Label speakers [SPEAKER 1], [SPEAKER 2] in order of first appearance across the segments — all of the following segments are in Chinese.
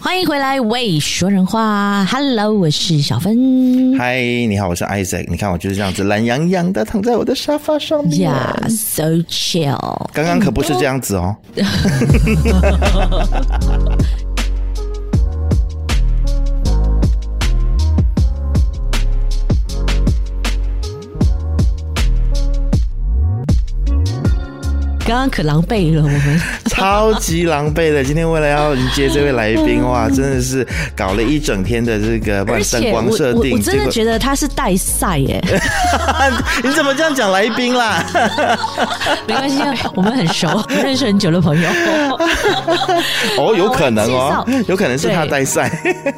[SPEAKER 1] 欢迎回来，喂，说人话，Hello，我是小芬。
[SPEAKER 2] 嗨，你好，我是 Isaac。你看我就是这样子懒洋洋的躺在我的沙发上面。
[SPEAKER 1] Yeah, so chill。
[SPEAKER 2] 刚刚可不是这样子哦。
[SPEAKER 1] 刚刚可狼狈了，我们
[SPEAKER 2] 超级狼狈的。今天为了要迎接这位来宾， 哇，真的是搞了一整天的这个
[SPEAKER 1] 而
[SPEAKER 2] 万灯
[SPEAKER 1] 且我
[SPEAKER 2] 光设
[SPEAKER 1] 我我
[SPEAKER 2] 定。啊
[SPEAKER 1] 真的觉得他是带赛 耶，
[SPEAKER 2] 你怎么这样讲来宾 啦？
[SPEAKER 1] 没关系，我们很熟， 认识很久的朋 友。
[SPEAKER 2] 哦，有可能哦
[SPEAKER 1] 我来介，
[SPEAKER 2] 有可能是他带赛。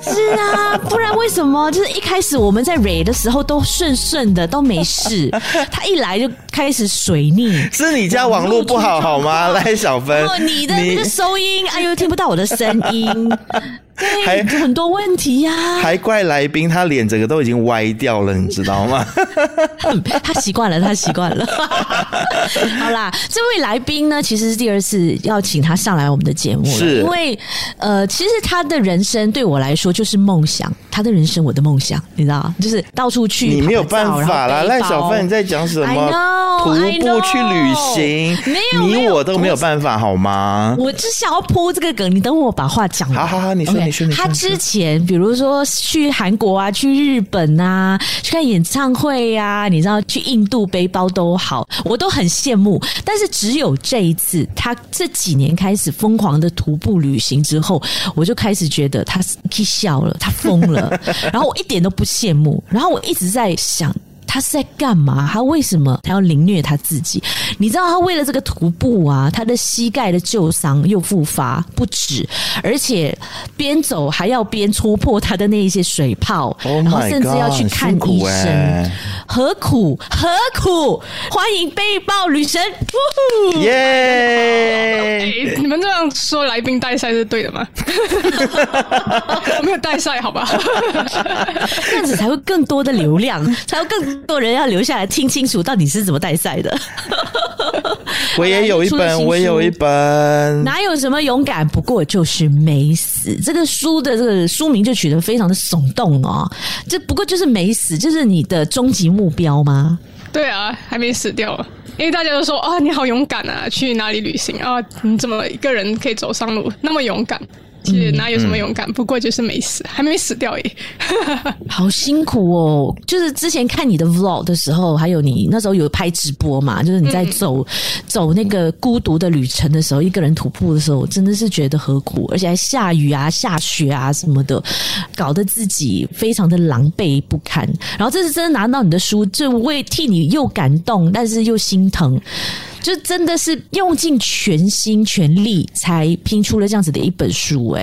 [SPEAKER 1] 是啊，不然为什么？就是一开始我们在蕊的时候都顺顺的，都没 事，他一来就开始水逆。
[SPEAKER 2] 是你家网络不好好吗？来，小芬
[SPEAKER 1] 哦，，你的那个收音，哎呦，听不到我的声音， 对，
[SPEAKER 2] 还
[SPEAKER 1] 很多问题呀、
[SPEAKER 2] 还怪来宾，他脸整个都已经歪掉了，你知道吗？
[SPEAKER 1] 嗯 他习惯了，他习惯了。 好啦，这位来宾呢，其实是第二次要请他上来我们的节目了，
[SPEAKER 2] 是
[SPEAKER 1] 因为呃，其实他的人生对我来说就是梦想，他的人生我的梦想，你知道吗，就是到处去，
[SPEAKER 2] 你没有
[SPEAKER 1] 拍拍
[SPEAKER 2] 办
[SPEAKER 1] 照
[SPEAKER 2] 法啦，赖小芬你。在讲什
[SPEAKER 1] I
[SPEAKER 2] 么？徒
[SPEAKER 1] know, I
[SPEAKER 2] 步去旅
[SPEAKER 1] know
[SPEAKER 2] 行
[SPEAKER 1] 没，有没
[SPEAKER 2] 你
[SPEAKER 1] 有
[SPEAKER 2] 我都没有办法好吗
[SPEAKER 1] 然后背包？我只想要铺这个梗，你等我把话讲完。
[SPEAKER 2] 啊好好好你说
[SPEAKER 1] OK，
[SPEAKER 2] 你说你说
[SPEAKER 1] 他之前比如说去韩国啊，去日本啊，去看演唱会呀、你知道去印度背包都好，我都很羡慕。但是只有这一次，他这几年开始疯狂的徒步旅行之后，我就开始觉得他气笑了，他疯了。然后我一点都不羡慕，然后我一直在想。他是在干嘛？他为什么他要凌虐他自己？你知道他为了这个徒步啊，他的膝盖的旧伤又复发不止，而且边走还要边戳破他的那一些水泡
[SPEAKER 2] Oh
[SPEAKER 1] 然后
[SPEAKER 2] my
[SPEAKER 1] 甚至要去
[SPEAKER 2] God，
[SPEAKER 1] 看
[SPEAKER 2] 辛苦
[SPEAKER 1] 医生，
[SPEAKER 2] 欸
[SPEAKER 1] 何苦何苦？欢迎被爆女神！呜呼
[SPEAKER 2] 耶！
[SPEAKER 3] 哎、你们这样说来宾带赛是对的吗？ 我没有带赛，好吧？
[SPEAKER 1] 这样子才会更多的流量，才有更多人要留下来听清楚到底是怎么带赛的。
[SPEAKER 2] 我
[SPEAKER 3] 哎
[SPEAKER 2] 也有一
[SPEAKER 1] 出了新
[SPEAKER 2] 本，
[SPEAKER 1] 书
[SPEAKER 2] 我也有一本。
[SPEAKER 1] 哪有什么勇敢，不过就是没死。这个书的这个书名就取得非常的耸动哦，这不过就是没死，这是你的终极目标吗？
[SPEAKER 3] 对啊，还没死掉啊。因为大家都说啊，你好勇敢啊，去哪里旅行啊？你怎么一个人可以走上路那么勇敢？其实哪有什么勇敢，不过就是没死，还没死掉而已。
[SPEAKER 1] 好辛苦哦！就是之前看你的 vlog 的时候，还有你那时候有拍直播嘛，就是你在走、走那个孤独的旅程的时候，一个人徒步的时候，我真的是觉得何苦，而且还下雨啊、下雪啊什么的，搞得自己非常的狼狈不堪。然后这次真的拿到你的书，就为替你又感动，但是又心疼，就真的是用尽全心全力才拼出了这样子的一本书、诶，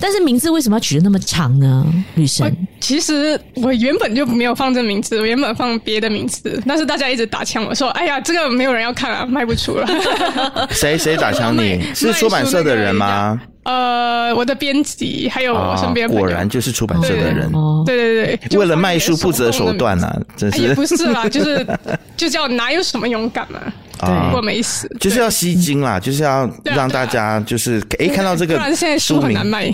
[SPEAKER 1] 但是名字为什么要取得那么长呢？女神。
[SPEAKER 3] 其实我原本就没有放这名字，我原本放别的名字，但是大家一直打枪我说：“哎呀，这个没有人要看啊，卖不出了。
[SPEAKER 2] 谁谁打枪你？
[SPEAKER 3] 卖
[SPEAKER 2] 是出版社的人吗？”啊
[SPEAKER 3] 呃，我的编辑还有哦我身边的朋友
[SPEAKER 2] 哦果然就是出版社的人，
[SPEAKER 1] 哦，
[SPEAKER 3] 对对对，就
[SPEAKER 2] 为了卖
[SPEAKER 3] 放
[SPEAKER 2] 书
[SPEAKER 3] 一些
[SPEAKER 2] 不择手
[SPEAKER 3] 动的
[SPEAKER 2] 段啊，真
[SPEAKER 3] 哎也
[SPEAKER 2] 是
[SPEAKER 3] 不是啦，就是就叫哪有什么勇敢嘛、
[SPEAKER 2] 啊
[SPEAKER 3] 不过没死，
[SPEAKER 2] 就是要吸睛啦，就是要
[SPEAKER 3] 啊
[SPEAKER 2] 让大家就是诶，看到这
[SPEAKER 3] 不
[SPEAKER 2] 个
[SPEAKER 3] 然现在书
[SPEAKER 2] 书
[SPEAKER 3] 很
[SPEAKER 2] 名
[SPEAKER 3] 难卖。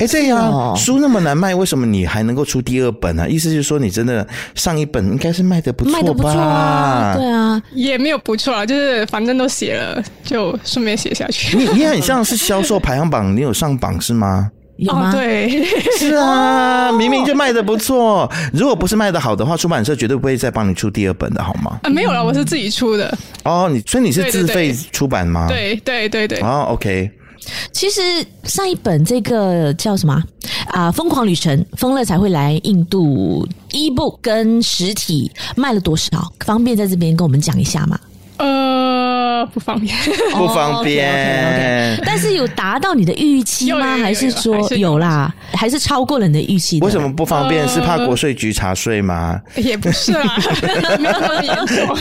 [SPEAKER 2] 哎，这样、
[SPEAKER 1] 哦
[SPEAKER 2] 书那么难卖，为什么你还能够出第二本啊呢、意思就是说，你真的上一本应该是卖的不错吧？
[SPEAKER 1] 卖的不错啊，对啊，
[SPEAKER 3] 也没有不错啦，就是反正都写了，就顺便写下去。
[SPEAKER 2] 你你很像是销售排行榜，你有上榜是 吗？
[SPEAKER 1] 有
[SPEAKER 3] 哦
[SPEAKER 1] 吗？，
[SPEAKER 3] 对，
[SPEAKER 2] 是啊，
[SPEAKER 1] 哦
[SPEAKER 2] 明明就卖的不错。如果不是卖的好的话，出版社绝对不会再帮你出第二本的，好吗？
[SPEAKER 3] 啊，没有了，我是自己出的。
[SPEAKER 2] 哦，你所以你是
[SPEAKER 3] 对对
[SPEAKER 2] 自费
[SPEAKER 3] 对
[SPEAKER 2] 出版吗？。
[SPEAKER 3] 对对对对，
[SPEAKER 2] 哦，OK，
[SPEAKER 1] 其实上一本这个叫什么啊啊？疯狂旅程，疯了才会来印度 ebook 跟实体卖了多少？方便在这边跟我们讲一下吗？
[SPEAKER 3] 呃，不方便。
[SPEAKER 2] 不方便。
[SPEAKER 1] 哦但是有达到你的预期
[SPEAKER 3] 有有
[SPEAKER 1] 吗？
[SPEAKER 3] 有有
[SPEAKER 1] 还是说
[SPEAKER 3] 还是有
[SPEAKER 1] 有啦？还是超过了你的预期的？
[SPEAKER 2] 为什么不方
[SPEAKER 1] 呃
[SPEAKER 2] 便？是怕国税局查税吗？
[SPEAKER 3] 也不是啦，没有那么严重。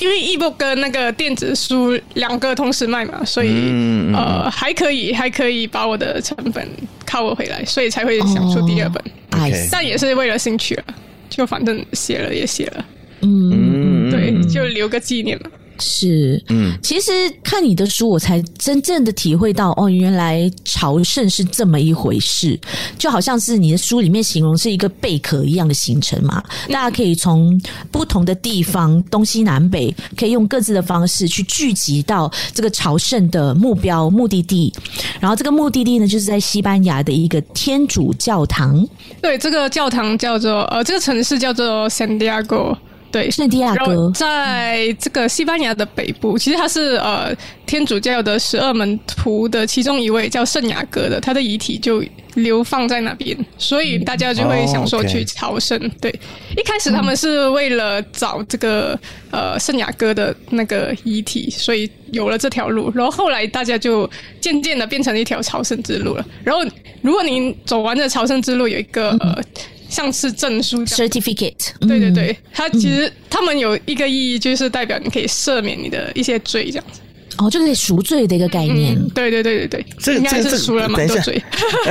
[SPEAKER 3] 因为 ebook 跟那个电子书两个同时卖嘛，所以、
[SPEAKER 2] 嗯嗯
[SPEAKER 3] 呃还可以，还可以把我的成本 cover 回来，所以才会想出第二
[SPEAKER 2] 哦
[SPEAKER 3] 本。
[SPEAKER 1] 哎
[SPEAKER 2] OK
[SPEAKER 3] 但也是为了兴趣啊，就反正写了也写了，
[SPEAKER 1] 嗯，
[SPEAKER 2] 嗯，
[SPEAKER 3] 对，就留个纪念嘛。
[SPEAKER 1] 是，
[SPEAKER 2] 嗯，
[SPEAKER 1] 其实看你的书，我才真正的体会到，哦，原来朝圣是这么一回事，就好像是你的书里面形容是一个贝壳一样的行程嘛，
[SPEAKER 3] 嗯
[SPEAKER 1] 大家可以从不同的地方，东西南北，可以用各自的方式去聚集到这个朝圣的目标目的地，然后这个目的地呢，就是在西班牙的一个天主教堂，
[SPEAKER 3] 对，这个教堂叫做呃，这个城市叫做 San Diego。对，
[SPEAKER 1] 圣地亚
[SPEAKER 3] 然后
[SPEAKER 1] 哥。
[SPEAKER 3] 在这个西班牙的北部，其实他是呃天主教的十二门徒的其中一位叫圣雅各的，他的遗体就流放在那边，所以大家就会想
[SPEAKER 2] 哦
[SPEAKER 3] 说
[SPEAKER 2] ，OK
[SPEAKER 3] 去朝圣。对，一开始他们是为了找这个呃圣雅各的那个遗体，所以有了这条路。然后后来大家就渐渐的变成一条朝圣之路了。然后如果您走完这朝圣之路，有一个呃像是证书这样
[SPEAKER 1] certificate，
[SPEAKER 3] 对对
[SPEAKER 1] 嗯
[SPEAKER 3] 对，它其实他们有一个意义，就是代表你可以赦免你的一些罪，这样子。
[SPEAKER 1] 哦，就可以赎罪的一个概念。
[SPEAKER 3] 嗯，对对对对对，
[SPEAKER 2] 这个
[SPEAKER 3] 应该
[SPEAKER 2] 这个
[SPEAKER 3] 是赎了蛮
[SPEAKER 2] 等一
[SPEAKER 3] 多
[SPEAKER 2] 下
[SPEAKER 3] 罪，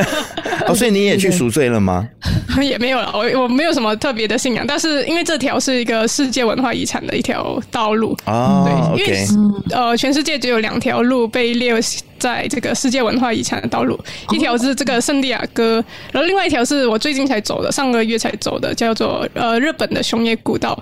[SPEAKER 2] 哦，所以你也去赎罪了吗？
[SPEAKER 3] 也没有了。我我没有什么特别的信仰，但是因为这条是一个世界文化遗产的一条道路，
[SPEAKER 2] 哦
[SPEAKER 3] 对，因为
[SPEAKER 2] ，OK，
[SPEAKER 1] 嗯
[SPEAKER 3] 呃，全世界只有两条路被列为在这个世界文化遗产的道路，
[SPEAKER 1] 哦
[SPEAKER 3] 一条是这个圣地亚哥，然后另外一条是我最近才走的，上个月才走的，叫做呃日本的熊野古道。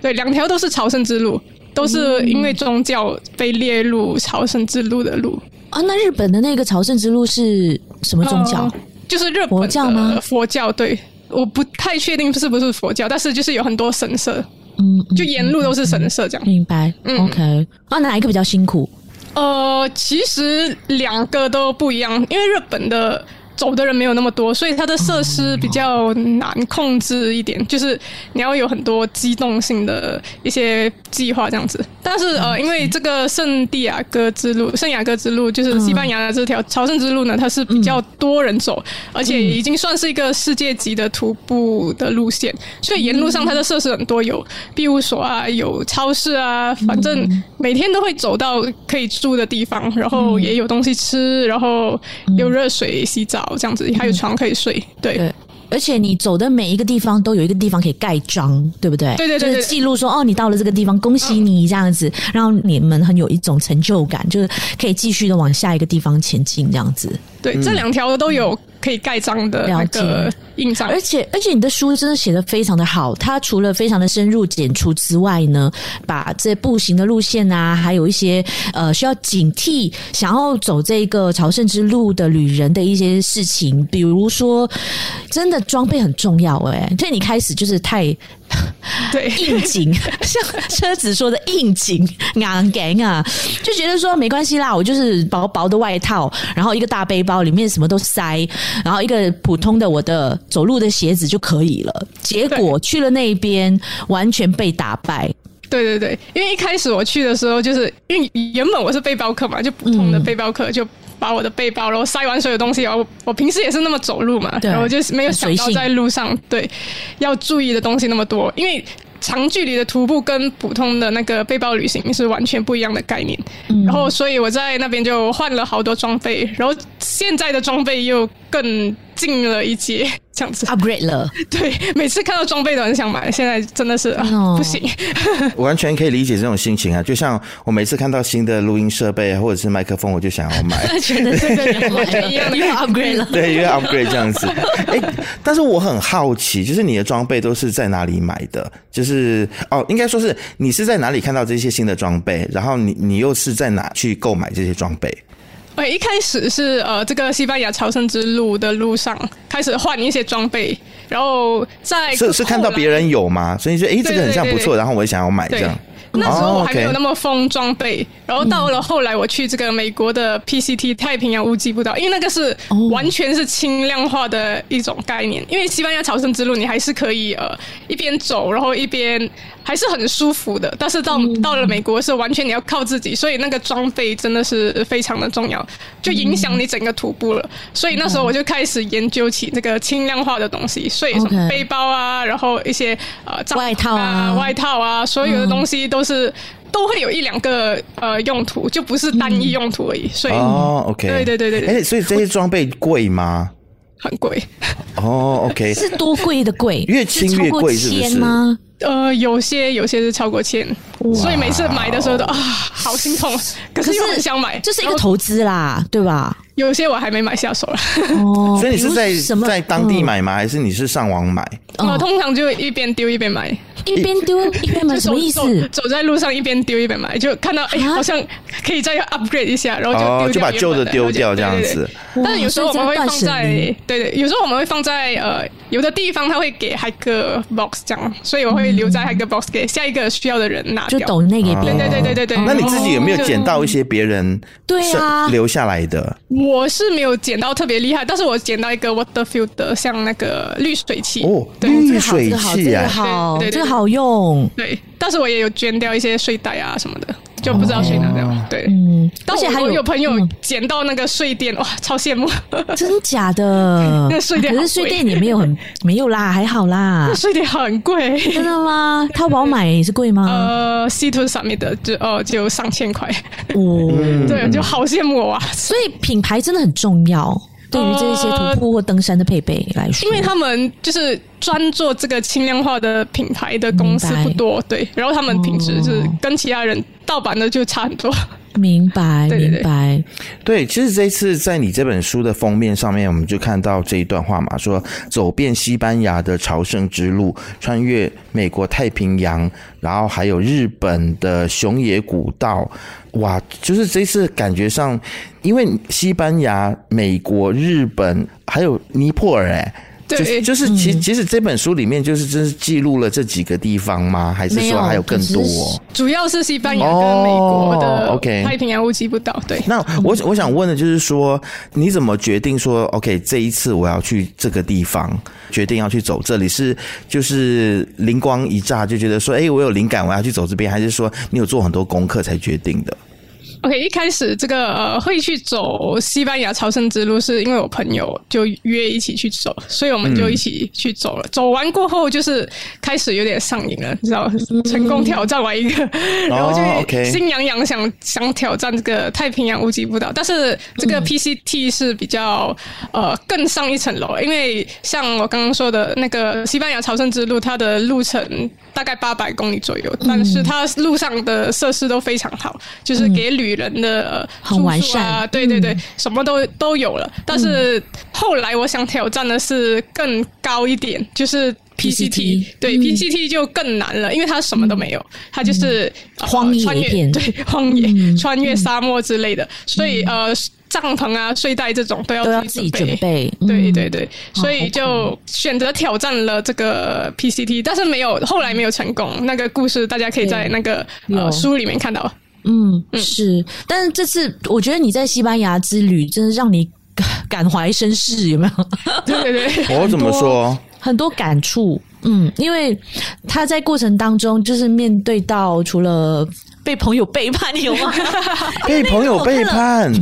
[SPEAKER 3] 对，两条都是朝圣之路，都是
[SPEAKER 1] 嗯
[SPEAKER 3] 因为宗教被列入朝圣之路的路。
[SPEAKER 1] 啊，那日本的那个朝圣之路是什么宗教
[SPEAKER 3] 呃？就是日本
[SPEAKER 1] 哦佛教吗
[SPEAKER 3] 的佛教对。我不太确定是不是佛教，但是就是有很多神社，
[SPEAKER 1] 嗯，嗯
[SPEAKER 3] 就沿路都是神社这样。
[SPEAKER 1] 明白。
[SPEAKER 3] 嗯
[SPEAKER 1] OK，啊，哪一个比较辛苦？
[SPEAKER 3] 呃，其实两个都不一样，因为日本的走的人没有那么多，所以它的设施比较难控制一点，就是你要有很多机动性的一些计划这样子。但是呃，因为这个圣地亚哥之路、圣雅各之路，就是西班牙的这条朝圣之路呢，它是比较多人走，而且已经算是一个世界级的徒步的路线，所以沿路上它的设施很多，有庇护所啊，有超市啊，反正
[SPEAKER 1] 嗯
[SPEAKER 3] 每天都会走到可以住的地方，然后也有东西吃，然后
[SPEAKER 1] 嗯
[SPEAKER 3] 有热水洗澡这样子，还有床可以睡。对，
[SPEAKER 1] 对。而且你走的每一个地方都有一个地方可以盖章，对不对？
[SPEAKER 3] 对对对
[SPEAKER 1] 就
[SPEAKER 3] 对
[SPEAKER 1] 是记录说哦，你到了这个地方，恭喜你这样子，让你们很有一种成就感，就是可以继续的往下一个地方前进这样子。
[SPEAKER 3] 对，这两条都有可以盖章的那
[SPEAKER 1] 了
[SPEAKER 3] 个
[SPEAKER 1] 解
[SPEAKER 3] 印章。
[SPEAKER 1] 而且而且你的书真的写的非常的好，它除了非常的深入简出之外呢，把这步行的路线啊，还有一些呃需要警惕想要走这个朝圣之路的旅人的一些事情，比如说真的装备很重要哎、所以你开始就是太
[SPEAKER 3] 对，
[SPEAKER 1] 应景， 像车子说的应景，硬gang 啊，就觉得说没关系啦，我就是薄薄的外套，然后一个大背包里面什么都塞，然后一个普通的我的走路的鞋子就可以了。结果去了那边，完全被打败。
[SPEAKER 3] 对对对，因为一开始我去的时候，就是因为原本我是背包客嘛，就普通的背包客，就把我的背包，然后塞完所有东西，然后我我平时也是那么走路嘛，
[SPEAKER 1] 对
[SPEAKER 3] 然后我就没有想
[SPEAKER 1] 随
[SPEAKER 3] 到
[SPEAKER 1] 性
[SPEAKER 3] 在路上对要注意的东西那么多，因为。长距离的徒步跟普通的那个背包旅行是完全不一样的概念，
[SPEAKER 1] 嗯
[SPEAKER 3] 然后所以我在那边就换了好多装备，然后现在的装备又更进了一阶，这样子。
[SPEAKER 1] upgrade 了，
[SPEAKER 3] 对，每次看到装备都很想买，现在真的是、啊
[SPEAKER 1] 哦
[SPEAKER 3] 不行。
[SPEAKER 2] 完全可以理解这种心情啊。就像我每次看到新的录音设备或者是麦克风，我就想要 买。
[SPEAKER 1] 真的是
[SPEAKER 3] 对一样的
[SPEAKER 1] 又 upgrade 了。
[SPEAKER 2] 对，因为 upgrade 这样子。哎、但是我很好奇，就是你的装备都是在哪里买的？就是哦，应该说是你是在哪里看到这些新的装备，然后你你又是在哪去购买这些装备？
[SPEAKER 3] 对，一开始是呃，这个西班牙朝圣之路的路上开始换一些装备，然后在
[SPEAKER 2] 是是看到别人有吗？所以就哎、这个很像不错，然后我也想要买这
[SPEAKER 3] 对
[SPEAKER 2] 样。，
[SPEAKER 3] 那时候我还没
[SPEAKER 2] 哦
[SPEAKER 3] 有
[SPEAKER 2] ，OK
[SPEAKER 3] 那么疯装备，然后到了后来我去这个美国的 PCT 太平洋乌基步道，因为那个是
[SPEAKER 1] 哦
[SPEAKER 3] 完全是轻量化的一种概念，因为西班牙朝圣之路你还是可以呃一边走，然后一边还是很舒服的，但是到、到了美国是完全你要靠自己，所以那个装备真的是非常的重要，就影响你整个徒步了，所以那时候我就开始研究起这个轻量化的东西，所以什
[SPEAKER 1] OK
[SPEAKER 3] 么背包啊，然后一些呃帐篷
[SPEAKER 1] 外套啊
[SPEAKER 3] 外套啊，所有的东西都是、
[SPEAKER 1] 嗯
[SPEAKER 3] 都会有一两个呃用途，
[SPEAKER 1] 嗯
[SPEAKER 3] 就不是单一用途而已。所以、
[SPEAKER 2] 哦，OK，
[SPEAKER 3] 对对对对对
[SPEAKER 2] 哎、所以这些装备贵吗？
[SPEAKER 3] 很贵。
[SPEAKER 2] 哦，OK，
[SPEAKER 1] 是多贵的贵，
[SPEAKER 2] 越轻
[SPEAKER 1] 是超
[SPEAKER 2] 越
[SPEAKER 1] 过
[SPEAKER 2] 贵是不
[SPEAKER 1] 千
[SPEAKER 2] 是
[SPEAKER 1] 吗？
[SPEAKER 3] 呃，有些有些是超过千，所以每次买的时候都啊，好心痛，
[SPEAKER 1] 可
[SPEAKER 3] 可是
[SPEAKER 1] 是
[SPEAKER 3] 又很想买，
[SPEAKER 1] 这是一个
[SPEAKER 3] 然后
[SPEAKER 1] 投资啦，对吧？
[SPEAKER 3] 有些我还没买下手了。
[SPEAKER 1] 哦，
[SPEAKER 2] 所以你是在
[SPEAKER 1] 比如什么
[SPEAKER 2] 在当地
[SPEAKER 1] 嗯
[SPEAKER 2] 买吗？还是你是上网买？
[SPEAKER 1] 哦
[SPEAKER 3] 我呃通常就一边丢一边买，
[SPEAKER 1] 嗯一边丢一边买，什么意思
[SPEAKER 3] 就？走走走在路上一边丢一边买，就看到哎、
[SPEAKER 1] 啊
[SPEAKER 3] 好像可以再 upgrade 一下，然后就
[SPEAKER 2] 哦
[SPEAKER 3] 丢掉
[SPEAKER 2] 就把
[SPEAKER 3] 原本
[SPEAKER 2] 旧的丢掉
[SPEAKER 3] 然后就
[SPEAKER 2] 这样
[SPEAKER 3] 对对对
[SPEAKER 2] 子
[SPEAKER 1] 哇
[SPEAKER 3] 但是有时候我
[SPEAKER 1] 所以
[SPEAKER 3] 们会
[SPEAKER 1] 这样断
[SPEAKER 3] 放
[SPEAKER 1] 舍
[SPEAKER 3] 在
[SPEAKER 1] 离
[SPEAKER 3] 对对，有时候我们会放在呃有的地方他会给 hacker box 这样，所以我会留在 hacker box 给下一个需要的人拿
[SPEAKER 1] 嗯就
[SPEAKER 3] 掉。
[SPEAKER 1] 抖那
[SPEAKER 2] 啊
[SPEAKER 1] 给别人。
[SPEAKER 3] 对对对对对对。哦
[SPEAKER 2] 那你自己有没有
[SPEAKER 3] 然后就
[SPEAKER 2] 捡到一些别人
[SPEAKER 1] 嗯对啊
[SPEAKER 2] 剩留下来的？
[SPEAKER 3] 我是没有捡到特别厉害，但是我捡到一个 Waterfield 的像那个滤水器
[SPEAKER 2] 哦，
[SPEAKER 3] 对
[SPEAKER 2] 滤
[SPEAKER 1] 这个好
[SPEAKER 2] 水器
[SPEAKER 1] 这个
[SPEAKER 2] 啊，
[SPEAKER 1] 好，
[SPEAKER 3] 对对对对
[SPEAKER 1] 这个好用。
[SPEAKER 3] 对，但是我也有捐掉一些睡袋啊什么的，就不知道谁拿掉。对，
[SPEAKER 1] 嗯，
[SPEAKER 3] 但
[SPEAKER 1] 而
[SPEAKER 3] 我
[SPEAKER 1] 且还
[SPEAKER 3] 哦我
[SPEAKER 1] 有
[SPEAKER 3] 有朋友
[SPEAKER 1] 嗯
[SPEAKER 3] 捡到那个睡垫，哇，超羡 慕！？
[SPEAKER 1] 真假的
[SPEAKER 3] 那睡垫
[SPEAKER 1] 可
[SPEAKER 3] 好
[SPEAKER 1] 是
[SPEAKER 3] 贵
[SPEAKER 1] 睡垫也没有很 没有啦，还好
[SPEAKER 3] 。
[SPEAKER 1] 啦
[SPEAKER 3] 睡垫很贵，
[SPEAKER 1] 真的吗？淘宝买也是贵吗？
[SPEAKER 3] 呃，C to Summit 的就哦就上千块，
[SPEAKER 1] 哦，
[SPEAKER 2] 嗯
[SPEAKER 3] 对，我就啊好羡慕哇！
[SPEAKER 1] 所以品牌真的很重要，对于这些徒步或登山的配备来说，
[SPEAKER 3] 因为他们就是专做这个轻量化的品牌的公司
[SPEAKER 1] 明白
[SPEAKER 3] 不多，对，然后他们品质就是
[SPEAKER 1] 哦
[SPEAKER 3] 跟其他人盗版的就差很多。
[SPEAKER 1] 明白
[SPEAKER 3] 对对对
[SPEAKER 1] 明白，
[SPEAKER 2] 对，其实这次在你这本书的封面上面，我们就看到这一段话嘛，说走遍西班牙的朝圣之路，穿越美国太平洋，然后还有日本的熊野古道，哇，就是这次感觉上，因为西班牙、美国、日本还有尼泊尔、哎。
[SPEAKER 3] 对
[SPEAKER 2] 就是就是其，其实这本书里面就是真是记录了这几个地方吗？还是
[SPEAKER 1] 没有
[SPEAKER 2] 说还有更
[SPEAKER 1] 只
[SPEAKER 2] 多？
[SPEAKER 1] 是
[SPEAKER 3] 主要是西班牙跟美国
[SPEAKER 2] 哦
[SPEAKER 3] 的
[SPEAKER 2] ，OK
[SPEAKER 3] 太平洋乌吉布岛，对。
[SPEAKER 2] 那我我想问的就是说，你怎么决定说，OK，这一次我要去这个地方，决定要去走这里是就是灵光一乍就觉得说，哎、我有灵感，我要去走这边，还是说你有做很多功课才决定的？
[SPEAKER 3] OK，一开始这个呃会去走西班牙朝圣之路，是因为我朋友就约一起去走，所以我们就一起去走了。走完过后，就是开始有点上瘾了，你知道，成功挑战完一个， 然后
[SPEAKER 2] 哦
[SPEAKER 3] 就
[SPEAKER 2] ，OK
[SPEAKER 3] 心痒痒想想挑战这个太平洋无极步道。但是这
[SPEAKER 1] 嗯
[SPEAKER 3] 个 PCT 是比较呃更上一层楼，因为像我刚刚说的那个西班牙朝圣之路，它的路程大概八百公里左
[SPEAKER 1] 嗯
[SPEAKER 3] 右，但是它路上的设施都非常好，就是给旅人的、呃
[SPEAKER 1] 很完善嗯
[SPEAKER 3] 住宿啊，对对对，什么都都有了。但是后来我想挑战的是更高一点，就是。PCT
[SPEAKER 1] PCT
[SPEAKER 3] 对 PCT 就更难了，因为它什么都没有，它就是、呃
[SPEAKER 1] 嗯荒野
[SPEAKER 3] 穿越
[SPEAKER 1] 一片嗯
[SPEAKER 3] 对荒野、穿越沙漠之类的，所以呃，帐篷啊、睡袋这种都要
[SPEAKER 1] 都要自己准备。
[SPEAKER 3] 对
[SPEAKER 1] 嗯
[SPEAKER 3] 对对，所以
[SPEAKER 1] 好
[SPEAKER 3] 就选择挑战了这个 PCT，但是没有后来没有成功。那个故事大家可以在
[SPEAKER 1] 对
[SPEAKER 3] 那个
[SPEAKER 1] 有
[SPEAKER 3] 呃书里面 看到。
[SPEAKER 1] 嗯，是。但是这次我觉得你在西班牙之旅，真的让你感感怀身世，有没有？
[SPEAKER 3] 对对对，
[SPEAKER 2] 我怎么说？
[SPEAKER 1] 很多感触。嗯，因为他在过程当中，就是面对到除了被朋友背叛，有 吗？
[SPEAKER 2] 被朋友背叛，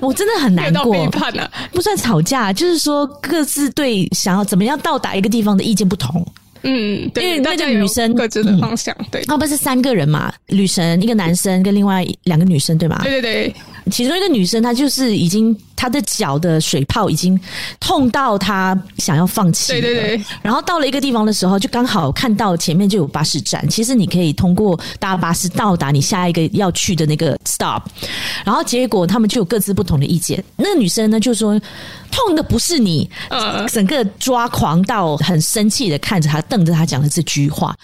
[SPEAKER 1] 我真的很
[SPEAKER 3] 没有
[SPEAKER 1] 难
[SPEAKER 3] 到
[SPEAKER 1] 过，
[SPEAKER 3] 背叛啊了、
[SPEAKER 1] 不算吵架，就是说各自对想要怎么样到达一个地方的意见不同。
[SPEAKER 3] 嗯，对，
[SPEAKER 1] 因为那个
[SPEAKER 3] 大家有
[SPEAKER 1] 女生嗯
[SPEAKER 3] 各自的方向，对
[SPEAKER 1] 那不是三个人嘛？女神一个男生跟另外两个女生对吗？
[SPEAKER 3] 对对对，
[SPEAKER 1] 其中一个女生她就是已经她的脚的水泡已经痛到她想要放弃了，
[SPEAKER 3] 对对对
[SPEAKER 1] 然后到了一个地方的时候，就刚好看到前面就有巴士站，其实你可以通过搭巴士到达你下一个要去的那个 stop。然后结果他们就有各自不同的意见。那个女生呢就说：“痛的不是你。”
[SPEAKER 3] 嗯
[SPEAKER 1] 整个抓狂到很生气的看着他，瞪着他讲了这句话，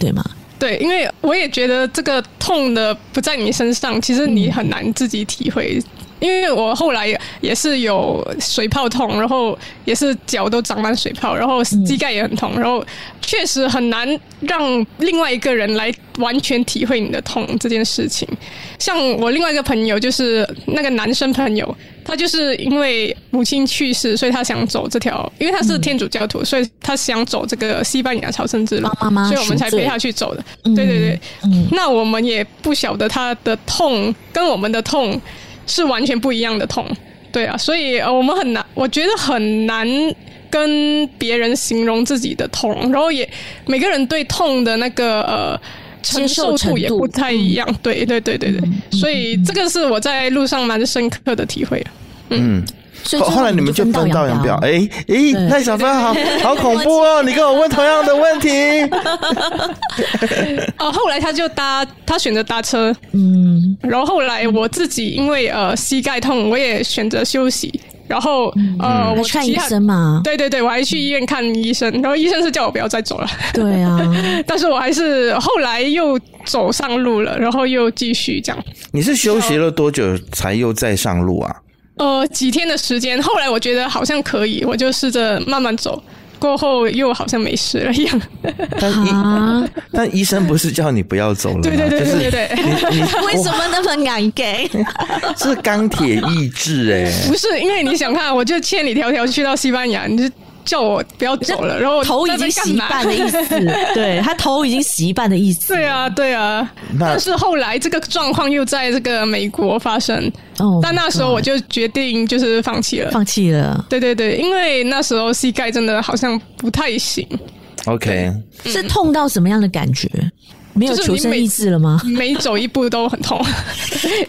[SPEAKER 1] 对吗？
[SPEAKER 3] 对，因为我也觉得这个痛的不在你身上，其实你很难自己体会。因为我后来也是有水泡痛，然后也是脚都长满水泡，然后膝盖也很痛，
[SPEAKER 1] 嗯
[SPEAKER 3] 然后确实很难让另外一个人来完全体会你的痛这件事情。像我另外一个朋友，就是那个男生朋友，他就是因为母亲去世，所以他想走这条，因为他是天主教徒，所以他想走这个西班牙朝圣之路
[SPEAKER 1] 帮，妈妈
[SPEAKER 3] 所以我们
[SPEAKER 1] 赎
[SPEAKER 3] 才
[SPEAKER 1] 罪
[SPEAKER 3] 陪他去走的。
[SPEAKER 1] 嗯
[SPEAKER 3] 对对对，那我们也不晓得他的痛跟我们的痛是完全不一样的痛，对啊，所以呃，我们很难，我觉得很难跟别人形容自己的痛，然后也每个人对痛的那个呃。承
[SPEAKER 1] 接受
[SPEAKER 3] 受度也
[SPEAKER 1] 程度嗯
[SPEAKER 3] 不太一样，对对对对对，所以这个是我在路上蛮深刻的体会。啊
[SPEAKER 2] 嗯，
[SPEAKER 1] 所以
[SPEAKER 2] 后
[SPEAKER 1] 最
[SPEAKER 2] 后来你们就
[SPEAKER 1] 就
[SPEAKER 2] 分道扬
[SPEAKER 1] 扬
[SPEAKER 2] 镳，哎哎，赖小芬好好恐怖哦！你跟我问同样的问题，
[SPEAKER 3] 呃，后来他就搭，他选择搭车，
[SPEAKER 1] 嗯，
[SPEAKER 3] 然后后来我自己因为呃膝盖痛，我也选择休息。然后呃，
[SPEAKER 1] 我
[SPEAKER 3] 我
[SPEAKER 1] 嗯看
[SPEAKER 3] 其
[SPEAKER 1] 医
[SPEAKER 3] 他
[SPEAKER 1] 生嘛，
[SPEAKER 3] 对对对，我还去医院看医生，然后医生是叫我不要再走 了，
[SPEAKER 1] 对 啊，
[SPEAKER 3] 但是我还是后来又走上路了，然后又继续这样。
[SPEAKER 2] 你是休息了多久才又再上路啊？
[SPEAKER 3] 呃，几天的时间，后来我觉得好像可以，我就试着慢慢走，过后又好像没事了一样。
[SPEAKER 2] 但医
[SPEAKER 1] 啊，
[SPEAKER 2] 但医生不是叫你不要走了吗？
[SPEAKER 3] 对对对
[SPEAKER 2] 就是
[SPEAKER 3] 对对对，
[SPEAKER 1] 为什么那么敢给？
[SPEAKER 2] 是钢铁意志哎、
[SPEAKER 3] 不是因为你想看，我就千里迢迢去到西班牙，你就叫我不要走了，然后 我
[SPEAKER 1] 头已
[SPEAKER 3] 在那
[SPEAKER 1] 经
[SPEAKER 3] 边干
[SPEAKER 1] 洗一
[SPEAKER 3] 嘛
[SPEAKER 1] 半的意思，对他头已经洗一半的意思。
[SPEAKER 3] 对啊，对啊，
[SPEAKER 2] 那
[SPEAKER 3] 但是后来这个状况又在这个美国发生，
[SPEAKER 1] 哦
[SPEAKER 3] 但那时候我就决定就是放弃了。
[SPEAKER 1] 放弃了，
[SPEAKER 3] 对对对，因为那时候膝盖真的好像不太行，
[SPEAKER 2] OK，
[SPEAKER 1] 是痛到什么样的感觉？没有
[SPEAKER 3] 嗯就是
[SPEAKER 1] 求
[SPEAKER 3] 你
[SPEAKER 1] 生
[SPEAKER 3] 每
[SPEAKER 1] 意志了吗？
[SPEAKER 3] 每走一步都很 痛，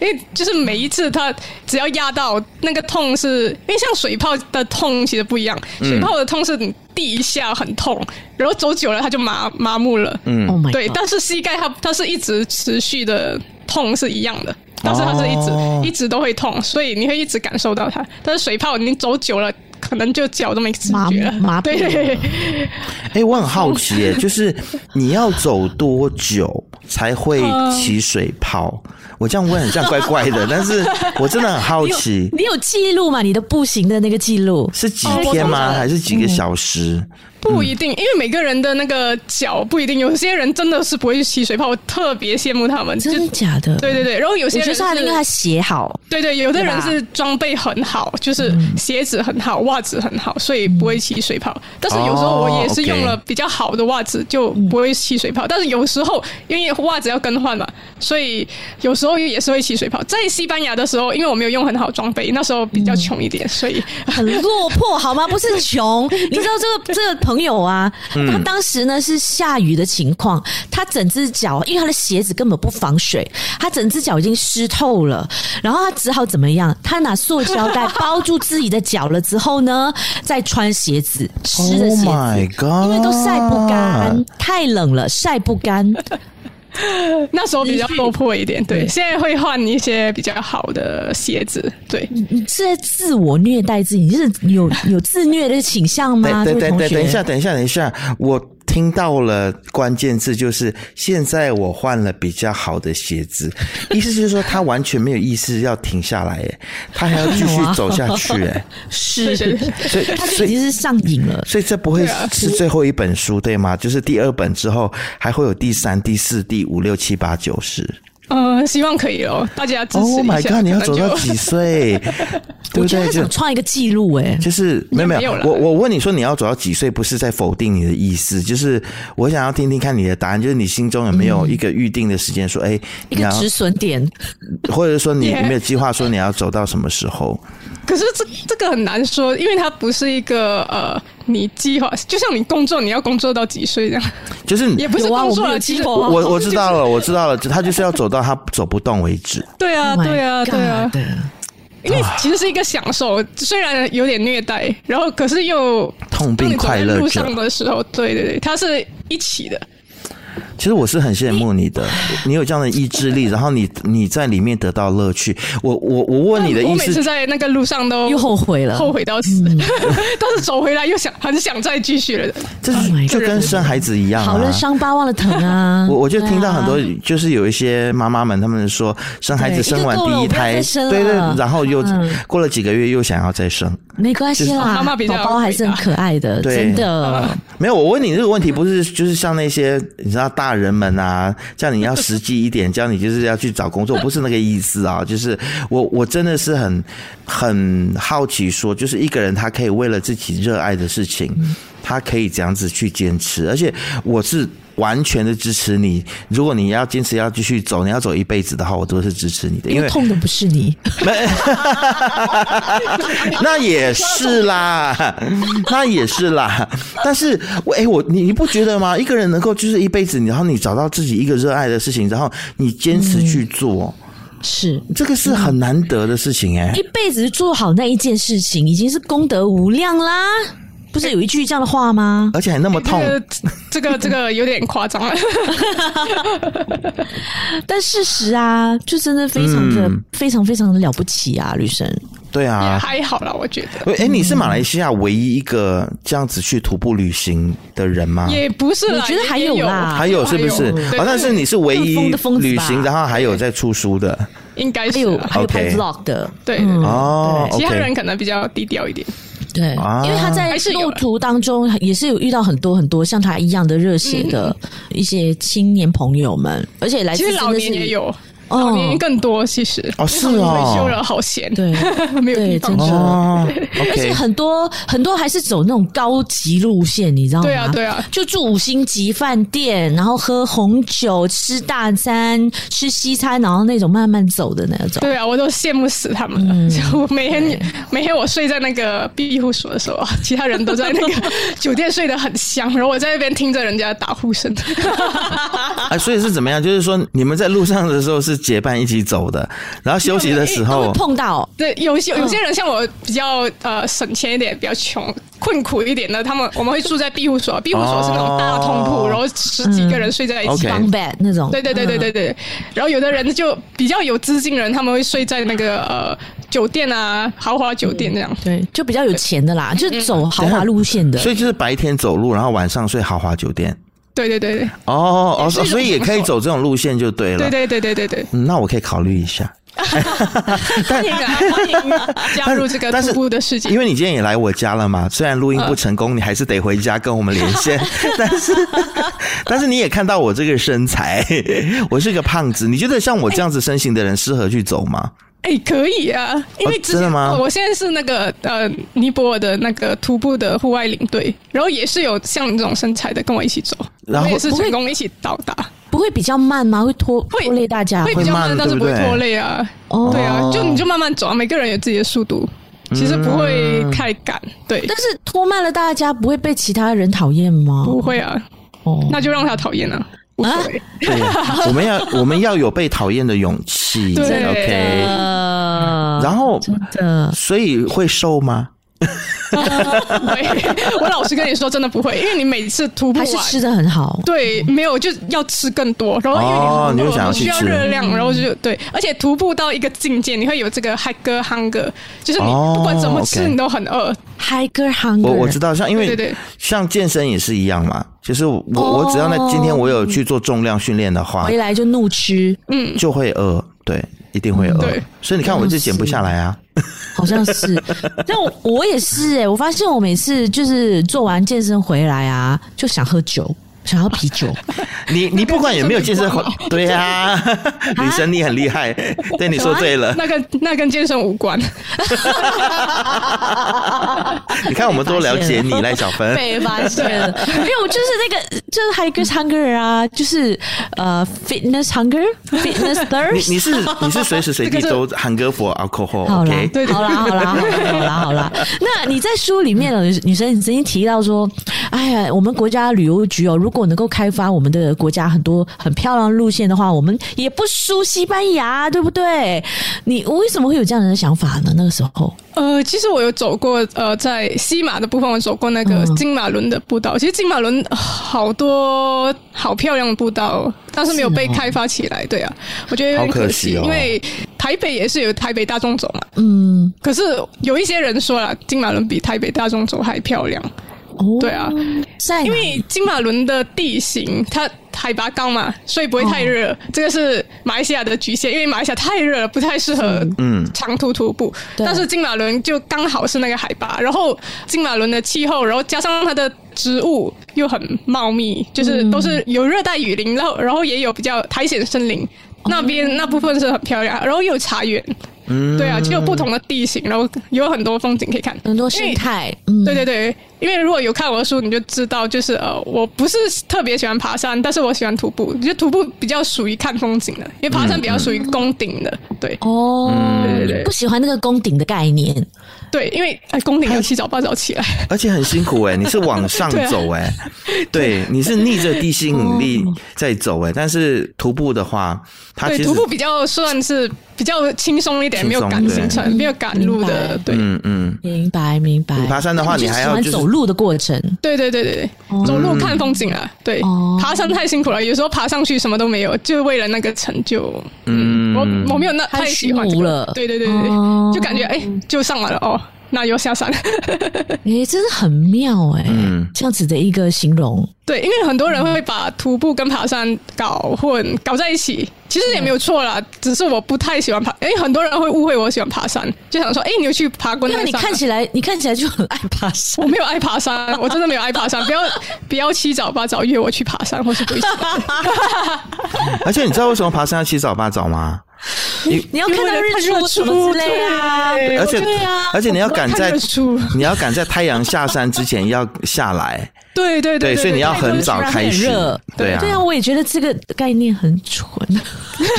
[SPEAKER 3] 因为就是每一次它只要压到那个痛是，因为像水泡的痛其实不一样，水泡的痛是你第一下很痛，然后走久了它就麻麻木了，嗯，
[SPEAKER 1] Oh my
[SPEAKER 3] 对，
[SPEAKER 1] God
[SPEAKER 3] 但是膝盖它它是一直持续的痛是一
[SPEAKER 1] 哦
[SPEAKER 3] 样的，但是它是一直、
[SPEAKER 2] 哦
[SPEAKER 3] 一直都会痛，所以你会一直感受到它。但是水泡你走久了，可能就脚都没知
[SPEAKER 1] 麻
[SPEAKER 3] 觉了，
[SPEAKER 1] 麻嗯痹
[SPEAKER 3] 对对对，
[SPEAKER 2] 哎、我很好奇耶、就是你要走多久才会
[SPEAKER 1] 嗯
[SPEAKER 2] 起水泡？我这样问很像怪 怪的，但是我真的很好
[SPEAKER 1] 你有
[SPEAKER 2] 奇，
[SPEAKER 1] 你有记录吗？你的步行的那个记录
[SPEAKER 2] 是几天
[SPEAKER 1] 哦
[SPEAKER 2] 吗？还是几个小时？
[SPEAKER 3] 不一定，因为每个人的那个脚不一定，有些人真的是不会起水泡，我特别羡慕他们。就
[SPEAKER 1] 真的假的？
[SPEAKER 3] 对对对，然后有
[SPEAKER 1] 我
[SPEAKER 3] 些
[SPEAKER 1] 觉
[SPEAKER 3] 人
[SPEAKER 1] 得是他因为他写好，
[SPEAKER 3] 对对，有的
[SPEAKER 1] 对吧
[SPEAKER 3] 人是装备很好，就是
[SPEAKER 2] 嗯
[SPEAKER 3] 鞋子很好，袜子很好，所以不会起水泡。但是有时候我也是用
[SPEAKER 2] 哦
[SPEAKER 3] 了比较好的袜子，就不会起水
[SPEAKER 2] 嗯
[SPEAKER 3] 泡。但是有时候因为袜子要更换嘛，所以有时候也是会起水泡。在西班牙的时候，因为我没有用很好的装备，那时候比较穷一
[SPEAKER 2] 嗯
[SPEAKER 3] 点，所以
[SPEAKER 1] 很落魄好吗？不是 穷，你知道这个这个朋友啊，
[SPEAKER 2] 嗯
[SPEAKER 1] 他当时呢是下雨的情况，他整只脚因为他的鞋子根本不防水，他整只脚已经湿透了，然后他只好怎么样？他拿塑胶袋包住自己的脚了之后呢，再穿鞋子，湿的
[SPEAKER 2] Oh
[SPEAKER 1] 鞋子。
[SPEAKER 2] my god！
[SPEAKER 1] 因为都晒不
[SPEAKER 2] 啊
[SPEAKER 1] 干，太冷了，晒不干。
[SPEAKER 3] 那时候比较落魄一点。对
[SPEAKER 1] 对，
[SPEAKER 3] 现在会换一些比较好的鞋子。对，
[SPEAKER 2] 嗯
[SPEAKER 1] 你是在自我虐待自己，你是有有自虐的倾向吗？这
[SPEAKER 2] 等
[SPEAKER 1] 位
[SPEAKER 2] 等等
[SPEAKER 1] 同
[SPEAKER 2] 等
[SPEAKER 1] 学
[SPEAKER 2] 等一下，，等一下，等一下，我听到了关键字，就是现在我换了比较好的鞋 子，意思就是说他完全没有意识要停下来，哎，他还要继续走下去， 哎，
[SPEAKER 1] 是，
[SPEAKER 3] 对对
[SPEAKER 2] 所以
[SPEAKER 1] 他就
[SPEAKER 2] 所
[SPEAKER 1] 已
[SPEAKER 2] 以
[SPEAKER 1] 经是上瘾了。
[SPEAKER 2] 所以这不会
[SPEAKER 1] 啊
[SPEAKER 2] 是最后一本书对吗？就是第二本之后还会有第三、第四、第五、六、七、八、九、十。
[SPEAKER 3] 嗯，希望可以哦，大家支持
[SPEAKER 2] Oh
[SPEAKER 3] 一
[SPEAKER 2] my
[SPEAKER 3] 下。可
[SPEAKER 2] god！你要
[SPEAKER 3] 能
[SPEAKER 2] 走
[SPEAKER 3] 就
[SPEAKER 2] 到几岁？对
[SPEAKER 1] 我
[SPEAKER 2] 不
[SPEAKER 1] 觉得他
[SPEAKER 2] 对？就
[SPEAKER 1] 想创一个记录哎、
[SPEAKER 2] 就是没有没
[SPEAKER 3] 没
[SPEAKER 2] 有
[SPEAKER 3] 有，了
[SPEAKER 2] 我我问你说你要走到几岁，不是在否定你的意思，就是我想要听听看你的答案，就是你心中有没有一个预定的时间，说哎，
[SPEAKER 1] 一
[SPEAKER 3] 嗯
[SPEAKER 2] 你
[SPEAKER 1] 个
[SPEAKER 2] 要，
[SPEAKER 1] 止损点，
[SPEAKER 2] 或者说你有
[SPEAKER 3] Yeah
[SPEAKER 2] 没有计划说你要走到什么时候？
[SPEAKER 3] 可是这这个很难说，因为它不是一个呃，你计划，就像你工作，你要工作到几岁这样，
[SPEAKER 2] 就是你
[SPEAKER 3] 也不是
[SPEAKER 1] 有啊
[SPEAKER 3] 工
[SPEAKER 1] 我
[SPEAKER 3] 作
[SPEAKER 1] 们有
[SPEAKER 3] 了，
[SPEAKER 1] 计
[SPEAKER 3] 其实
[SPEAKER 1] 划
[SPEAKER 2] 我我我知道了，我知道了，就他就是要走到他走不动为止。
[SPEAKER 3] 对啊，对啊，对啊，
[SPEAKER 1] Oh 对
[SPEAKER 3] 因为其实是一个享受，虽然有点虐待，然后可是又
[SPEAKER 2] 痛并
[SPEAKER 3] 当你走在
[SPEAKER 2] 快乐
[SPEAKER 3] 路
[SPEAKER 2] 着
[SPEAKER 3] 上的时候，对对对，它是一起的，
[SPEAKER 2] 其实我是很羡慕你的，你有这样的意志 力，然后你你在里面得到乐趣。我我我问你的
[SPEAKER 3] 我
[SPEAKER 2] 意
[SPEAKER 3] 每
[SPEAKER 2] 思
[SPEAKER 3] 次在那个路上都
[SPEAKER 1] 又后悔了，嗯
[SPEAKER 3] 后悔到死， 但是走回来又想很想再继续了。
[SPEAKER 2] 这
[SPEAKER 1] Oh my God
[SPEAKER 2] 是就跟生孩子一样
[SPEAKER 1] 好了
[SPEAKER 2] 啊。
[SPEAKER 1] 伤疤忘了疼啊！
[SPEAKER 2] 我我就听到很多
[SPEAKER 1] 对啊，
[SPEAKER 2] 就是有一些妈妈们，她们说生孩子
[SPEAKER 1] 对
[SPEAKER 2] 生完
[SPEAKER 1] 一个够了
[SPEAKER 2] 第一
[SPEAKER 1] 我不要
[SPEAKER 2] 胎，
[SPEAKER 1] 再生
[SPEAKER 2] 对
[SPEAKER 1] 了
[SPEAKER 2] 对，然后又
[SPEAKER 1] 嗯
[SPEAKER 2] 过了几个月又想要再生。
[SPEAKER 1] 没关系啦，
[SPEAKER 3] 妈妈比较
[SPEAKER 1] 宝宝还是很可爱的，
[SPEAKER 2] 对
[SPEAKER 1] 真 的。
[SPEAKER 2] 没有，我问你这个问题不是就是像那些你知道大人们啊，叫你要实际一点， 叫你就是要去找工作，不是那个意思啊。就是我我真的是很很好奇说就是一个人他可以为了自己热爱的事情，他可以这样子去坚持，而且我是。完全的支持你。如果你要坚持要继续走，你要走一辈子的话，我都是支持你的，因为
[SPEAKER 1] 痛的不是你，
[SPEAKER 2] 那也是啦， 那也是啦。但是，我哎、我你你不觉得吗？一个人
[SPEAKER 3] 嗯
[SPEAKER 2] 能够就是一辈子，然后你找到自己一个热爱的事情，然后你坚持去做。
[SPEAKER 1] 是
[SPEAKER 2] 这个是很难得的事情哎、
[SPEAKER 1] 一辈子做好那一件事情，已经是功德无量啦。不是有一句这样的话吗？
[SPEAKER 2] 而且还那么痛，
[SPEAKER 3] 这个这个这个有点夸张了，
[SPEAKER 1] 但事实啊，就真的非常的、
[SPEAKER 2] 嗯
[SPEAKER 1] 非常非常的了不起啊，女神。
[SPEAKER 2] 对
[SPEAKER 3] 也
[SPEAKER 2] 啊。
[SPEAKER 3] 还嗯好啦，我觉得。
[SPEAKER 2] 哎、你是马来西亚唯一一个这样子去徒步旅行的人吗？
[SPEAKER 3] 也不是啦，
[SPEAKER 1] 我觉得还
[SPEAKER 3] 也
[SPEAKER 1] 有
[SPEAKER 3] 有
[SPEAKER 1] 啦
[SPEAKER 2] 啊还有是不是？
[SPEAKER 3] 对
[SPEAKER 2] 哦，但是你是唯一
[SPEAKER 1] 更疯的疯子吧
[SPEAKER 2] 旅行，然后还有在出书的
[SPEAKER 3] 应该
[SPEAKER 1] 还
[SPEAKER 3] 是
[SPEAKER 1] 有
[SPEAKER 3] 啦
[SPEAKER 1] 还有拍
[SPEAKER 2] 啊 OK
[SPEAKER 1] vlog 的，
[SPEAKER 3] 对
[SPEAKER 1] 嗯
[SPEAKER 2] 哦。
[SPEAKER 3] 其他人
[SPEAKER 2] OK，
[SPEAKER 3] 可能比较低调一点。
[SPEAKER 1] 对，
[SPEAKER 2] 啊
[SPEAKER 1] 因为他在
[SPEAKER 3] 还是有
[SPEAKER 1] 路
[SPEAKER 3] 啦
[SPEAKER 1] 途当中也是有遇到很多很多像他一样的热血的一些青年朋友们，而且来自
[SPEAKER 3] 嗯其实
[SPEAKER 1] 哎真
[SPEAKER 3] 老
[SPEAKER 1] 的
[SPEAKER 3] 年
[SPEAKER 1] 是
[SPEAKER 3] 也有，
[SPEAKER 1] 哦
[SPEAKER 3] 老年更多其实。
[SPEAKER 2] 哦是
[SPEAKER 3] 因为他们
[SPEAKER 2] 哦
[SPEAKER 3] 退休了好闲，
[SPEAKER 1] 对
[SPEAKER 3] 没有地
[SPEAKER 1] 对，
[SPEAKER 3] 方
[SPEAKER 1] 真的。
[SPEAKER 3] 去。
[SPEAKER 2] 哦
[SPEAKER 1] 而且
[SPEAKER 2] ，OK，
[SPEAKER 1] 很多很多还是走那种高级路线，你知道吗？
[SPEAKER 3] 对啊对啊
[SPEAKER 1] 就住五星级饭店，然后喝红酒、吃大餐、吃西餐，然后那种慢慢走的那种。
[SPEAKER 3] 对啊，我都羡慕死他们了。
[SPEAKER 1] 嗯
[SPEAKER 3] 就我每天每天我睡在那个庇护所的时候，啊其他人都在那个酒店睡得很香，然后我在那边听着人家打呼声。
[SPEAKER 2] 啊，所以是怎么样？就是说你们在路上的时候是结伴一起走的，然后休息的时
[SPEAKER 1] 都会
[SPEAKER 2] 候，
[SPEAKER 1] 碰到
[SPEAKER 3] 对，有些有些人像我比较呃省钱一点，比较穷困苦一点的，他们我们会住在庇护所，庇护所是那种大通铺，
[SPEAKER 2] 哦
[SPEAKER 3] 然后十几个人睡在一
[SPEAKER 2] OK
[SPEAKER 3] 起。
[SPEAKER 1] bunk bed 那种。嗯
[SPEAKER 3] 哎对对对对对对，然后有的人就比较有资金人，他们会睡在那个呃酒店啊，豪华酒店这样。
[SPEAKER 1] 对，就比较有钱的啦，就是走豪华路线
[SPEAKER 3] 嗯
[SPEAKER 1] 的。
[SPEAKER 2] 所
[SPEAKER 3] 啊
[SPEAKER 2] 以就是白天走路，然后晚上睡豪华酒店。
[SPEAKER 3] 对对对对
[SPEAKER 2] 哦哦，
[SPEAKER 3] 也是一种
[SPEAKER 2] 所以也可以走这种路线就对了。
[SPEAKER 3] 对对对对对对，
[SPEAKER 2] 嗯那我可以考虑一下。
[SPEAKER 3] 欢迎啊欢迎啊加入这个
[SPEAKER 2] 但是
[SPEAKER 3] 徒步的世界
[SPEAKER 2] 因。为你今天也来我家了嘛，虽然录音不成功，你还是得回家跟我们连 线。但是，但是你也看到我这个身材， 我是个胖子。你觉得像我这样子身形的人适合去走吗？
[SPEAKER 3] 哎，可以啊，因为
[SPEAKER 2] 真
[SPEAKER 3] 之前、
[SPEAKER 2] 的吗
[SPEAKER 3] 哦我现在是那个呃尼泊尔的那个徒步的户外领队，然后也是有像你这种身材的跟我一起走，
[SPEAKER 2] 然后
[SPEAKER 3] 我们也是
[SPEAKER 1] 不会
[SPEAKER 3] 成功一起到达，
[SPEAKER 1] 不会比较慢吗？会拖
[SPEAKER 3] 会
[SPEAKER 1] 拖累大家
[SPEAKER 3] 会比较慢，
[SPEAKER 2] 会慢
[SPEAKER 3] 但是不会
[SPEAKER 2] 对不对
[SPEAKER 3] 拖累啊。
[SPEAKER 1] 哦
[SPEAKER 3] 对啊
[SPEAKER 2] 哦，
[SPEAKER 3] 就你就慢慢走啊，每个人有自己的速度，其实不会太赶，对，
[SPEAKER 1] 但是拖慢了大家，不会被其他人讨厌吗？
[SPEAKER 3] 不会啊，
[SPEAKER 1] 哦，
[SPEAKER 3] 那就让他讨厌啊，无所谓。
[SPEAKER 2] 对，我们要我们要有被讨厌的勇气。
[SPEAKER 3] 对
[SPEAKER 2] OK。
[SPEAKER 1] 呃
[SPEAKER 2] 然后，
[SPEAKER 1] 的
[SPEAKER 2] 所以会瘦吗？
[SPEAKER 3] 不会，我老实跟你说，真的不会，因为你每次徒步
[SPEAKER 1] 还
[SPEAKER 3] 完
[SPEAKER 1] 是。吃的很好。
[SPEAKER 3] 对，没有，就要吃更多，然后因为你
[SPEAKER 2] 哦
[SPEAKER 3] 很
[SPEAKER 2] 你
[SPEAKER 3] 饿
[SPEAKER 2] 就想要
[SPEAKER 3] 我
[SPEAKER 2] 去
[SPEAKER 3] 需要
[SPEAKER 2] 吃嗯
[SPEAKER 3] 热量，然后就对，而且徒步到一个境界，你会有这个 hunger hunger，就是你
[SPEAKER 2] 哦
[SPEAKER 3] 不管怎么吃，
[SPEAKER 2] OK
[SPEAKER 3] 你都很饿。
[SPEAKER 1] Hiker hunger，
[SPEAKER 2] 我我知道，像因
[SPEAKER 3] 对对
[SPEAKER 2] 为
[SPEAKER 3] 对
[SPEAKER 2] 像健身也是一样嘛，就是我
[SPEAKER 1] 哦
[SPEAKER 2] 我只要那今天我有去做重量训练的话
[SPEAKER 1] 回，来就怒吃，
[SPEAKER 2] 就会饿，对，一定会饿
[SPEAKER 3] 对。
[SPEAKER 2] 所以你看，我就减不下来啊。
[SPEAKER 1] 好像是。 但我我也是哎、我发现我每次就是做完健身回来啊，就想喝酒，想喝啤 酒。
[SPEAKER 2] 你你不管有没有健身环， 对呀、女生你很厉害，对你说对了。
[SPEAKER 3] 那跟那跟健身无关，
[SPEAKER 2] 你看我们多了解你，赖小 芬。
[SPEAKER 1] 被发现了，
[SPEAKER 2] 啊
[SPEAKER 1] 因为我就是那个就是 hiker hunger 啊，就是呃 fitness hunger，fitness
[SPEAKER 2] 你
[SPEAKER 1] thirst。
[SPEAKER 2] 你是你是随时随地都喊歌佛 alcohol
[SPEAKER 1] 好啦
[SPEAKER 2] OK？，
[SPEAKER 3] 对对
[SPEAKER 1] 好啦，好啦，好啦，好啦，好 啦。那你在书里面呢，女生，你曾经提到说，哎呀，我们国家旅游局哦，如果能够开发我们的国家很多很漂亮的路线的话，我们也不输西班牙，对不对？你为什么会有这样的想法呢？那个时候，
[SPEAKER 3] 呃，其实我有走过，呃，在西马的部分，我走过那个
[SPEAKER 1] 嗯
[SPEAKER 3] 金马伦的步道。其实金马伦呃好多好漂亮的步道哦，但是没有被开发起来。对啊，我觉得有点
[SPEAKER 2] 好可
[SPEAKER 3] 可
[SPEAKER 2] 惜哦
[SPEAKER 3] 因为台北也是有台北大众走嘛。
[SPEAKER 1] 嗯，
[SPEAKER 3] 可是有一些人说了，金马伦比台北大众走还漂亮，
[SPEAKER 1] 哦，
[SPEAKER 3] 对啊，
[SPEAKER 1] 在
[SPEAKER 3] 因为金马伦的地形它海拔高嘛，所以不会太热。
[SPEAKER 2] 哦
[SPEAKER 3] 这个是马来西亚的局限，因为马来西亚太热了，不太适合
[SPEAKER 2] 嗯
[SPEAKER 3] 长途徒步。
[SPEAKER 1] 对
[SPEAKER 3] 但是金马伦就刚好是那个海拔，然后金马伦的气候，然后加上它的植物又很茂密，就是都是有热带雨林，然后然后也有比较苔藓森林。
[SPEAKER 2] 哦
[SPEAKER 3] 那边那部分是很漂亮，然后又有茶园，
[SPEAKER 2] 嗯
[SPEAKER 3] 对啊，就有不同的地形，然后有很多风景可以看，
[SPEAKER 1] 很多生态，嗯，
[SPEAKER 3] 对对对，因为如果有看我的书，你就知道，就是呃，我不是特别喜欢爬山，但是我喜欢徒步。就徒步比较属于看风景的，因为爬山比较属于攻顶的。对嗯
[SPEAKER 1] 哦，不喜欢那个攻顶的概念，
[SPEAKER 3] 对，因为哎，攻顶要七早八早起来。
[SPEAKER 2] 而且很辛苦哎、你是往上
[SPEAKER 3] 对啊
[SPEAKER 2] 走哎、
[SPEAKER 3] 啊
[SPEAKER 2] 对，你是逆着地心引力
[SPEAKER 3] 哦
[SPEAKER 2] 在走哎、但是徒步的话，它
[SPEAKER 3] 对
[SPEAKER 2] 其，实
[SPEAKER 3] 徒步比较算是比较呃轻松一点，
[SPEAKER 2] 轻松
[SPEAKER 3] 没有赶行程，没有赶路的。对，
[SPEAKER 2] 嗯嗯，
[SPEAKER 1] 明白明白。
[SPEAKER 2] 爬山的话
[SPEAKER 1] 那
[SPEAKER 2] 你还
[SPEAKER 1] 是喜
[SPEAKER 2] 要
[SPEAKER 1] 欢
[SPEAKER 2] 就是
[SPEAKER 1] 走路的过 程，
[SPEAKER 3] 对对对对对，走路看风景啊。对
[SPEAKER 1] 哦，
[SPEAKER 3] 爬山太辛苦了，有时候爬上去什么都没有，就为了那个成就。嗯，我我没有那
[SPEAKER 1] 太
[SPEAKER 3] 太喜欢这
[SPEAKER 1] 虚无
[SPEAKER 3] 个
[SPEAKER 1] 了
[SPEAKER 3] 对对对对
[SPEAKER 1] 哦
[SPEAKER 3] 对，就感觉哎，就上来了哦，那又下山。
[SPEAKER 1] 诶、
[SPEAKER 3] 哎
[SPEAKER 1] 真的很妙诶。
[SPEAKER 2] 嗯
[SPEAKER 1] 这样子的一个形容，
[SPEAKER 3] 对，因为很多人会把徒步跟爬山搞混、搞在一起，其实也没有错啦，只是我不太喜欢爬，因为很多人会误会我喜欢爬山，就想说，哎，你有去爬过那
[SPEAKER 1] 因为
[SPEAKER 3] 个
[SPEAKER 1] 你
[SPEAKER 3] 山啊？
[SPEAKER 1] 看起来你看起来就很爱爬山
[SPEAKER 3] 我，没有爱爬山，我真的没有爱爬山，不要不要七早八早约我去爬山或是回 去。
[SPEAKER 2] 而且你知道为什么爬山要七早八早吗？
[SPEAKER 1] 你要看到日出什么之类啊，
[SPEAKER 3] 对
[SPEAKER 2] 而且
[SPEAKER 1] 对啊
[SPEAKER 2] 而且你要赶
[SPEAKER 3] 我不要
[SPEAKER 2] 在
[SPEAKER 3] 看日出
[SPEAKER 2] 你要赶在太阳下山之前要下来，
[SPEAKER 3] 对对
[SPEAKER 2] 对，
[SPEAKER 3] 对，
[SPEAKER 2] 所以你要很
[SPEAKER 1] 不
[SPEAKER 2] 早
[SPEAKER 1] 然会
[SPEAKER 2] 开
[SPEAKER 1] 很
[SPEAKER 2] 始
[SPEAKER 1] 热，
[SPEAKER 2] 对啊，
[SPEAKER 1] 对啊，我也觉得这个概念很蠢，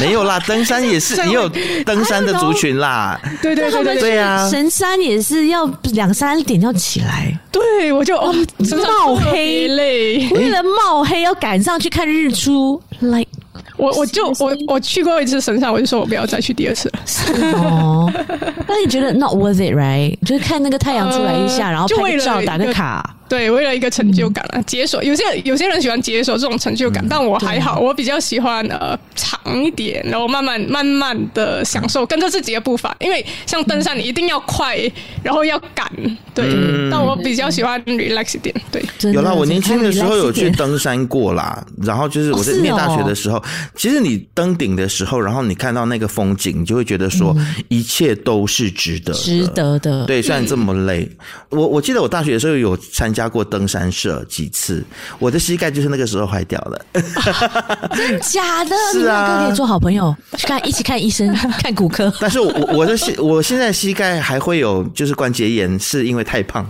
[SPEAKER 2] 没有啦，登山也 是也有登山的族群啦，
[SPEAKER 3] 对对对对对，
[SPEAKER 2] 对啊，
[SPEAKER 1] 神山也是要两三点要起来，
[SPEAKER 3] 对我就哦，身上
[SPEAKER 1] 冒
[SPEAKER 3] 特
[SPEAKER 1] 黑
[SPEAKER 3] 别累。
[SPEAKER 1] 为了冒黑要赶上去看日出，like
[SPEAKER 3] 我我就我我去过一次神山，我就说我不要再去第 二次了。
[SPEAKER 1] 哦。那你觉得 not worth it right？就是看那个太阳出来一下，
[SPEAKER 3] 呃
[SPEAKER 1] 然后
[SPEAKER 3] 就
[SPEAKER 1] 拍
[SPEAKER 3] 为
[SPEAKER 1] 个
[SPEAKER 3] 了
[SPEAKER 1] 照，
[SPEAKER 3] 一
[SPEAKER 1] 打个
[SPEAKER 3] 个
[SPEAKER 1] 卡。嗯
[SPEAKER 3] 对，为了一个成就感啊，解锁。有些有些人喜欢解锁这种成就感，但我还好，
[SPEAKER 1] 啊
[SPEAKER 3] 我比较喜欢呃长一点，然后慢慢慢慢的享受，跟着自己的步伐。因为像登山，你一定要快，然后要赶，对。
[SPEAKER 1] 嗯
[SPEAKER 3] 但我比较喜欢 relax 一点，对。
[SPEAKER 1] 真的
[SPEAKER 2] 有啦，我年轻的时候有去，
[SPEAKER 1] 请看 relax 一点
[SPEAKER 2] 登山 过啦，然后就是我在
[SPEAKER 1] 哦是
[SPEAKER 2] 念
[SPEAKER 1] 哦
[SPEAKER 2] 大学的时候，其实你登顶的时候，然后你看到那个风景，你就会觉得说一切都是值得的，
[SPEAKER 1] 嗯值得的。
[SPEAKER 2] 对，虽然这么累，我我记得我大学的时候有参加过登山社几次，我的膝盖就是那个时候坏掉的。
[SPEAKER 1] 假的，
[SPEAKER 2] 是
[SPEAKER 1] 你们
[SPEAKER 2] 啊
[SPEAKER 1] 两个可以做好朋友，去看一起看医生，看骨科。
[SPEAKER 2] 但是我我我的膝我现在膝盖还会有就是关节炎，是因为太胖，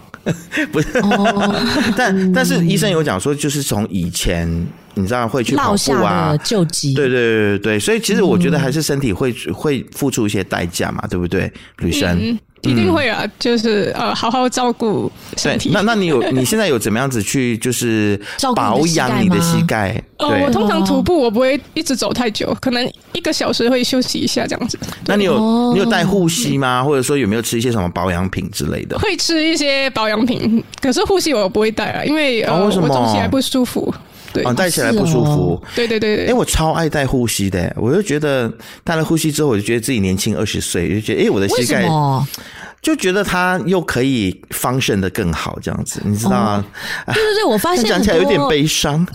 [SPEAKER 2] 不是？
[SPEAKER 1] 哦
[SPEAKER 2] 但但是医
[SPEAKER 1] 嗯
[SPEAKER 2] 生有讲说，就是从以前你知道会去跑
[SPEAKER 1] 落
[SPEAKER 2] 步
[SPEAKER 1] 下
[SPEAKER 2] 啊
[SPEAKER 1] 的，救急，
[SPEAKER 2] 对对对对对，所以其实我觉
[SPEAKER 1] 嗯
[SPEAKER 2] 得还是身体会、会付出一些代价嘛，对不对，吕珊？
[SPEAKER 3] 嗯，一定会啊，就是呃，好好照顾身
[SPEAKER 2] 对，
[SPEAKER 3] 体。
[SPEAKER 2] 那那你有 你现在有怎么样子去就是
[SPEAKER 1] 照顾你的
[SPEAKER 2] 保
[SPEAKER 1] 膝盖
[SPEAKER 2] 养你的
[SPEAKER 1] 吗哦
[SPEAKER 2] 膝盖？
[SPEAKER 3] 呃，
[SPEAKER 2] 对
[SPEAKER 3] 我通常徒步，我不会一直走太久，可能一个小时会休息一下这样子。
[SPEAKER 2] 那你有、
[SPEAKER 1] 哦
[SPEAKER 2] 你有带护膝吗？或者说有没有吃一些什么保养品之类的？
[SPEAKER 3] 会吃一些保养品，可是护膝我不会带啊，因为、
[SPEAKER 2] 哦
[SPEAKER 3] 呃
[SPEAKER 2] 为什么
[SPEAKER 3] 我走起来不舒服。对，
[SPEAKER 2] 哦，带起来不舒服。
[SPEAKER 3] 对对对
[SPEAKER 2] 哎、
[SPEAKER 3] 对，
[SPEAKER 2] 我超爱戴护膝的，我就觉得戴了护膝之后，我就觉得自己年轻二十岁，就觉得哎、我的
[SPEAKER 1] 为
[SPEAKER 2] 膝
[SPEAKER 1] 什
[SPEAKER 2] 盖
[SPEAKER 1] 么？
[SPEAKER 2] 就觉得它又可以方胜的更好，这样子，你知道吗？
[SPEAKER 1] 对
[SPEAKER 2] 啊
[SPEAKER 1] 对对，我发现
[SPEAKER 2] 讲起来有
[SPEAKER 1] 哦很
[SPEAKER 2] 点
[SPEAKER 1] 多
[SPEAKER 2] 悲伤。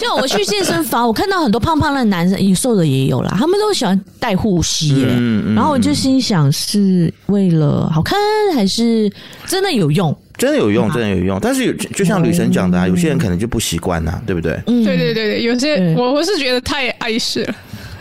[SPEAKER 1] 像我去健身房，我看到很多胖胖的男生，也瘦的也有啦，他们都喜欢戴护膝耶、
[SPEAKER 2] 嗯
[SPEAKER 1] 然后我就心想，是为了好看，还是真的有用？
[SPEAKER 2] 真的有用，
[SPEAKER 1] 嗯
[SPEAKER 2] 真的有用。但是有就就像女神讲的啊，有些人可能就不习惯呐，对不对？
[SPEAKER 1] 嗯，
[SPEAKER 3] 对对对对，有些
[SPEAKER 1] 对
[SPEAKER 3] 我我是觉得太碍事了。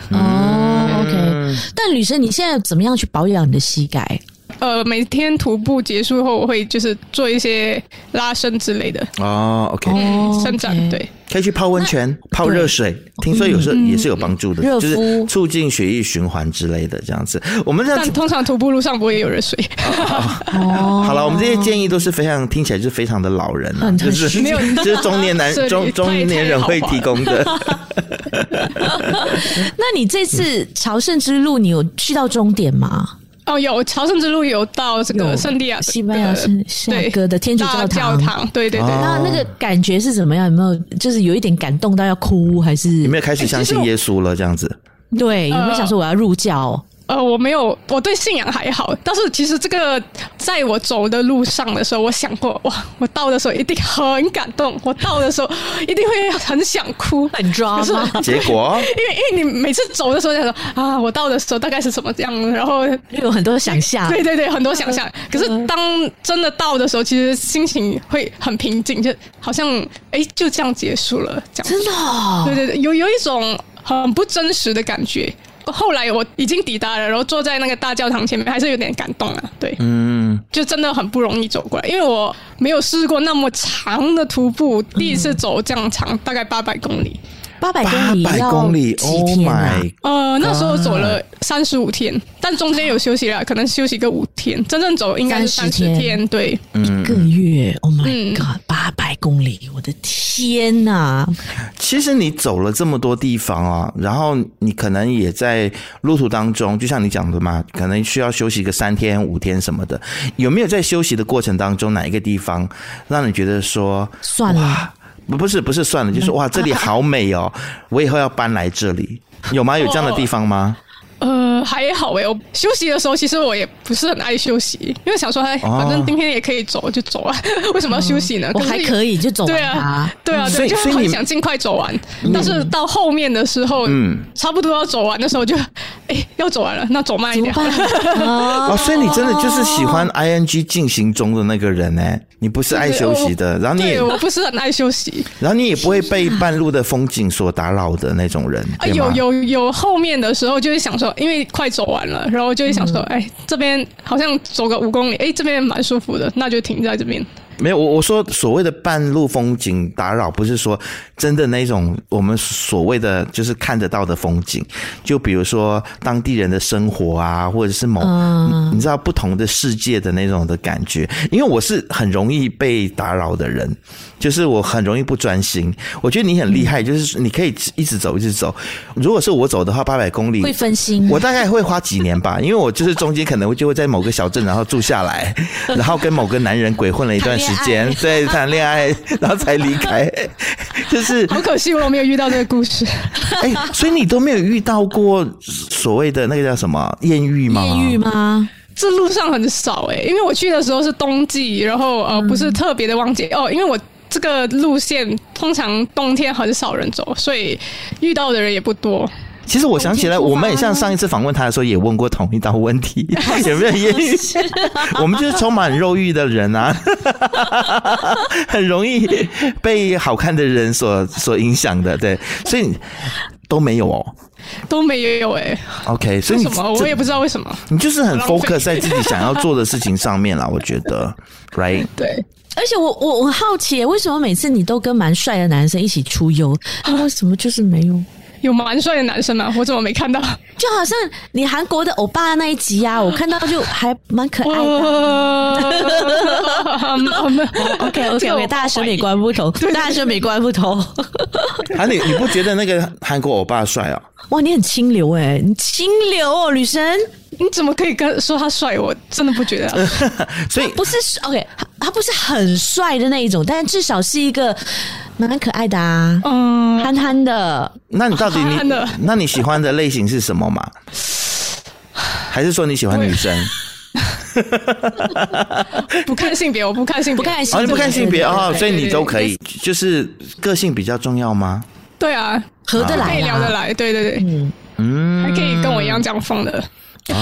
[SPEAKER 2] 嗯
[SPEAKER 1] 哦，OK。但女生，你现在怎么样去保养你的膝盖？
[SPEAKER 3] 呃，每天徒步结束后，我会就是做一些拉伸之类的，
[SPEAKER 2] 哦，OK，
[SPEAKER 1] 哦
[SPEAKER 3] 伸展。
[SPEAKER 1] OK
[SPEAKER 3] 对，
[SPEAKER 2] 可以去泡温泉、泡热水，听说有时候也是有帮助的，
[SPEAKER 1] 嗯热
[SPEAKER 2] 就
[SPEAKER 1] 敷
[SPEAKER 2] 是促进血液循环之类的这样子。我们这样
[SPEAKER 3] 但通常徒步路上不会有 热水，
[SPEAKER 1] 哦，
[SPEAKER 2] 好了，我们这些建议都是非常听起来就是非常的老人啊，
[SPEAKER 1] 很
[SPEAKER 2] 就
[SPEAKER 1] 很
[SPEAKER 2] 是
[SPEAKER 3] 没有
[SPEAKER 2] 就是中 年男
[SPEAKER 3] 是
[SPEAKER 2] 中中年人会提供的。
[SPEAKER 1] 啊那你这次朝圣之路，你有去到终点吗？
[SPEAKER 3] 哦，有朝圣之路有到这
[SPEAKER 1] 有
[SPEAKER 3] 个圣地亚
[SPEAKER 1] 西班牙
[SPEAKER 3] 的
[SPEAKER 1] 圣圣雅
[SPEAKER 3] 对
[SPEAKER 1] 各的天主
[SPEAKER 3] 大
[SPEAKER 1] 教
[SPEAKER 3] 教
[SPEAKER 1] 堂
[SPEAKER 3] 堂，对对对
[SPEAKER 2] 哦
[SPEAKER 1] 那那个感觉是怎么样？有没有就是有一点感动到要哭，还是
[SPEAKER 2] 有没有开始相信耶稣了？这样子，
[SPEAKER 1] 对？有没有想说我要入教？
[SPEAKER 3] 呃，我没有，我对信仰还好，但是其实这个在我走的路上的时候，我想过，哇，我到的时候一定很感动，我到的时候一定会很想哭，
[SPEAKER 1] 很抓
[SPEAKER 3] 可是
[SPEAKER 1] 吗？
[SPEAKER 2] 结 果
[SPEAKER 3] 因为因为你每次走的时候想说啊，我到的时候大概是什么样，然后
[SPEAKER 1] 就有很多想象。
[SPEAKER 3] 对对对，很多想象。可是当真的到的时候，其实心情会很平静，就好像哎就这样结束了，这样。
[SPEAKER 1] 真的、哦，
[SPEAKER 3] 对对对，有有一种很不真实的感觉。后来我已经抵达了，然后坐在那个大教堂前面，还是有点感动啊。对，
[SPEAKER 2] 嗯，
[SPEAKER 3] 就真的很不容易走过来，因为我没有试过那么长的徒步，第一次走这样长，大概八百公里。
[SPEAKER 1] 八百
[SPEAKER 2] 八
[SPEAKER 1] 公里
[SPEAKER 2] 百
[SPEAKER 1] 要
[SPEAKER 2] 公里
[SPEAKER 1] 几
[SPEAKER 2] ，Oh
[SPEAKER 1] 天啊？
[SPEAKER 2] my，
[SPEAKER 3] 呃，那时候走了三十五天，但中间有休息了，可能休息个五天，真正走应该是
[SPEAKER 1] 30
[SPEAKER 3] 三十天。对，
[SPEAKER 1] 一
[SPEAKER 2] 嗯
[SPEAKER 1] 个月，Oh my
[SPEAKER 3] 嗯
[SPEAKER 1] god，八百公里，我的天呐、
[SPEAKER 2] 其实你走了这么多地方啊，然后你可能也在路途当中，就像你讲的嘛，可能需要休息个三天、五天什么的。有没有在休息的过程当中，哪一个地方让你觉得说
[SPEAKER 1] 算了，
[SPEAKER 2] 哇，不不是不是算了，就是哇，这里好美哦，我以后要搬来这里，有吗？有这样的地方吗？
[SPEAKER 3] 呃，还好诶、我休息的时候其实我也不是很爱休息，因为想说，哎，
[SPEAKER 2] 哦
[SPEAKER 3] 反正今天也可以走就走啊， 为什么要休息呢？
[SPEAKER 1] 嗯我还可
[SPEAKER 3] 以。
[SPEAKER 1] 以就走完
[SPEAKER 3] 对
[SPEAKER 1] 它
[SPEAKER 3] 啊。，对啊，
[SPEAKER 2] 嗯所
[SPEAKER 3] 对，
[SPEAKER 2] 以
[SPEAKER 3] 就是
[SPEAKER 2] 所以
[SPEAKER 3] 很
[SPEAKER 2] 你
[SPEAKER 3] 想尽快走完，但是到后面的时候，
[SPEAKER 2] 嗯
[SPEAKER 3] 差不多要走完的时候就，哎，要走完了，那走慢一
[SPEAKER 1] 怎
[SPEAKER 3] 点
[SPEAKER 1] 么。办？
[SPEAKER 2] 哦，
[SPEAKER 1] 哦
[SPEAKER 2] 所以你真的就是喜欢 ing 进行中的那个人呢、你不是爱休息的，然后你也
[SPEAKER 3] 对，我不是很爱 休息。
[SPEAKER 2] 然后你也不会被半路的风景所打扰的那种人，
[SPEAKER 3] 啊，
[SPEAKER 2] 对吗
[SPEAKER 3] 有有有，后面的时候就会想说，因为快走完了，然后就会想说，
[SPEAKER 2] 嗯
[SPEAKER 3] 哎、这边好像走个五公里，哎，这边蛮舒服的，那就停在这边。
[SPEAKER 2] 没有，我我说所谓的半路风景打扰，不是说真的那种我们所谓的就是看得到的风景，就比如说当地人的生活啊，或者是某、
[SPEAKER 1] 嗯
[SPEAKER 2] 你知道不同的世界的那种的感觉。因为我是很容易被打扰的人，就是我很容易不专心。我觉得你很厉害，就是你可以一直走一直走。如果是我走的话，八百公里
[SPEAKER 1] 会分心。
[SPEAKER 2] 我大概会花几年吧，因为我就是中间可能就会在某个小镇，然后住下来，然后跟某个男人鬼混了一段时间，对，谈恋爱，然后才离开。就是
[SPEAKER 3] 好可惜，我没有遇到这个故事。
[SPEAKER 2] 哎、所以你都没有遇到过所谓的那个叫什么艳遇吗？
[SPEAKER 1] 艳遇吗？
[SPEAKER 3] 这路上很少哎、因为我去的时候是冬季，然后呃不是特别的旺季哦，因为我这个路线通常冬天很少人走，所以遇到的人也不多。
[SPEAKER 2] 其实我想起来，我们也像上一次访问他的时候，也问过同一道问 题，有没有艳遇？ 我们就是充满肉欲的人啊， 很容易被好看的人所所影响的，对，所以都没有哦。
[SPEAKER 3] 都没有哎、
[SPEAKER 2] OK，所
[SPEAKER 3] 为
[SPEAKER 2] 以你
[SPEAKER 3] 什么我也不知道为什么。
[SPEAKER 2] 你就是很
[SPEAKER 3] 浪费
[SPEAKER 2] focus 在自己想要做的事情上面啦，我觉得，right？
[SPEAKER 3] 对，
[SPEAKER 1] 而且我我我好奇耶，为什么每次你都跟蛮帅的男生一起出游，他啊为什么就是没有？
[SPEAKER 3] 有蛮帅的男生啊，我怎么没看到？
[SPEAKER 1] 就好像你韩国的欧巴那一集 啊，我看到就还蛮可爱的。
[SPEAKER 3] 呃
[SPEAKER 1] OK OK
[SPEAKER 3] 这个
[SPEAKER 1] OK，
[SPEAKER 3] 我
[SPEAKER 1] 大家审美观不同，大家审美观不同。
[SPEAKER 2] 啊，你你不觉得那个韩国欧巴帅哦？
[SPEAKER 1] 哇，你很清流哎，你清流哦，女神
[SPEAKER 3] 你怎么可以跟说他帅？我真的不觉得啊、
[SPEAKER 2] 所以
[SPEAKER 1] 不是 OK，他他不是很帅的那一种，但至少是一个蛮可爱的啊，
[SPEAKER 3] 嗯，
[SPEAKER 1] 憨憨的。
[SPEAKER 2] 那你到底你
[SPEAKER 3] 好憨的
[SPEAKER 2] 那你喜欢的类型是什么嘛？还是说你喜欢女生？
[SPEAKER 3] 不看性别，我不看性别，
[SPEAKER 1] 不看性
[SPEAKER 2] 哦，你不看性别
[SPEAKER 1] 对对对
[SPEAKER 2] 哦，
[SPEAKER 1] 对
[SPEAKER 2] 所以你都可以，就是个性比较重要吗？
[SPEAKER 3] 对啊，
[SPEAKER 1] 合得
[SPEAKER 3] 可
[SPEAKER 1] 来
[SPEAKER 3] 以聊得
[SPEAKER 1] 啊。
[SPEAKER 3] 来，对对对，
[SPEAKER 2] 嗯，
[SPEAKER 3] 还可以跟我一样讲风的，